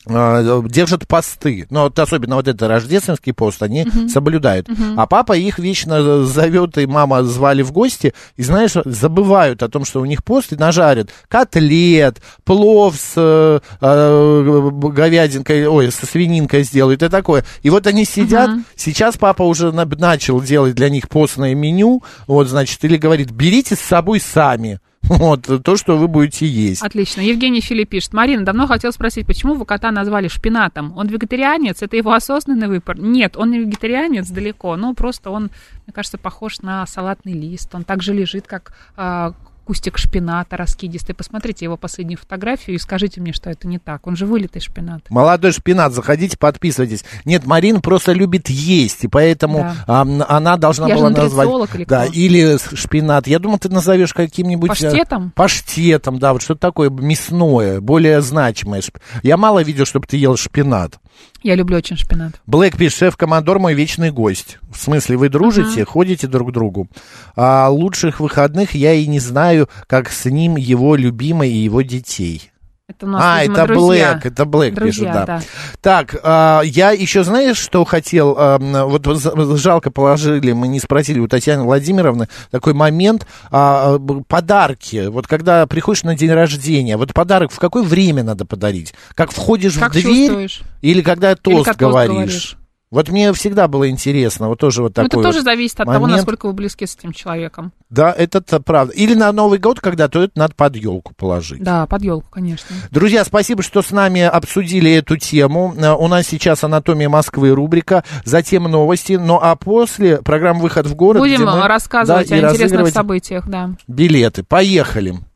[SPEAKER 1] э, держат посты, но вот особенно вот это рождественский пост они
[SPEAKER 7] Мгм.
[SPEAKER 1] соблюдают,
[SPEAKER 7] Мгм.
[SPEAKER 1] а папа их вечно зовет и мама звали в гости и знаешь забывают о том, что у них пост и нажарят котлет, плов с э, э, говядинкой, ой, со свининкой сделают и такое, и вот они сидят, сейчас папа уже на- начал делать для них постное меню, вот значит или говорит берите с собой сами, [LAUGHS] вот то, что вы будете есть.
[SPEAKER 2] Отлично. Евгений Филипп пишет. Марина, давно хотел спросить, почему вы кота назвали шпинатом? Он вегетарианец? Это его осознанный выбор? Нет, он не вегетарианец далеко. Ну, просто он, мне кажется, похож на салатный лист. Он также лежит, как а, кустик шпината раскидистый. Посмотрите его последнюю фотографию и скажите мне, что это не так. Он же вылитый шпинат.
[SPEAKER 1] Молодой шпинат, заходите, подписывайтесь. Нет, Марина просто любит есть, и поэтому
[SPEAKER 2] Да.
[SPEAKER 1] а, м, она должна
[SPEAKER 2] Я же
[SPEAKER 1] была назвать...
[SPEAKER 2] нутрициолог или
[SPEAKER 1] да,
[SPEAKER 2] кто?
[SPEAKER 1] или с- шпинат. Я думал, ты назовешь каким-нибудь... э,
[SPEAKER 2] Паштетом?
[SPEAKER 1] Паштетом, да, вот что-то такое мясное, более значимое. Шп- Я мало видел, чтобы ты ел шпинат.
[SPEAKER 2] Я люблю очень шпинат.
[SPEAKER 1] Блэк пишет, шеф-командор мой вечный гость. В смысле, вы дружите, ходите друг к другу. А лучших выходных я и не знаю, как с ним его любимый и его детей.
[SPEAKER 2] Это у нас,
[SPEAKER 1] а,
[SPEAKER 2] видимо,
[SPEAKER 1] это
[SPEAKER 2] друзья.
[SPEAKER 1] Блэк, это Блэк
[SPEAKER 2] Друзья,
[SPEAKER 1] пишет, да. Так, а, я еще, знаешь, что хотел, а, м, вот з- жалко положили, мы не спросили у Татьяны Владимировны, такой момент, а, б- подарки, вот когда приходишь на день рождения, вот подарок в какое время надо подарить? Как входишь
[SPEAKER 2] Как
[SPEAKER 1] в дверь
[SPEAKER 2] чувствуешь?
[SPEAKER 1] или когда тост
[SPEAKER 2] как тост
[SPEAKER 1] говоришь?
[SPEAKER 2] говоришь.
[SPEAKER 1] Вот мне всегда было интересно, вот тоже вот
[SPEAKER 2] Ну,
[SPEAKER 1] такой
[SPEAKER 2] это
[SPEAKER 1] вот
[SPEAKER 2] тоже зависит от того,
[SPEAKER 1] момент.
[SPEAKER 2] насколько вы близки с этим человеком.
[SPEAKER 1] Да, это т- правда. Или на Новый год, когда то это надо под елку положить.
[SPEAKER 2] Да, под елку, конечно.
[SPEAKER 1] Друзья, спасибо, что с нами обсудили эту тему. Э, У нас сейчас «Анатомия Москвы» рубрика, затем новости. Ну а после программа «Выход в город».
[SPEAKER 2] Будем
[SPEAKER 1] где мы,
[SPEAKER 2] рассказывать
[SPEAKER 1] да, и
[SPEAKER 2] о интересных
[SPEAKER 1] разыгрывать
[SPEAKER 2] событиях, да.
[SPEAKER 1] билеты. Поехали.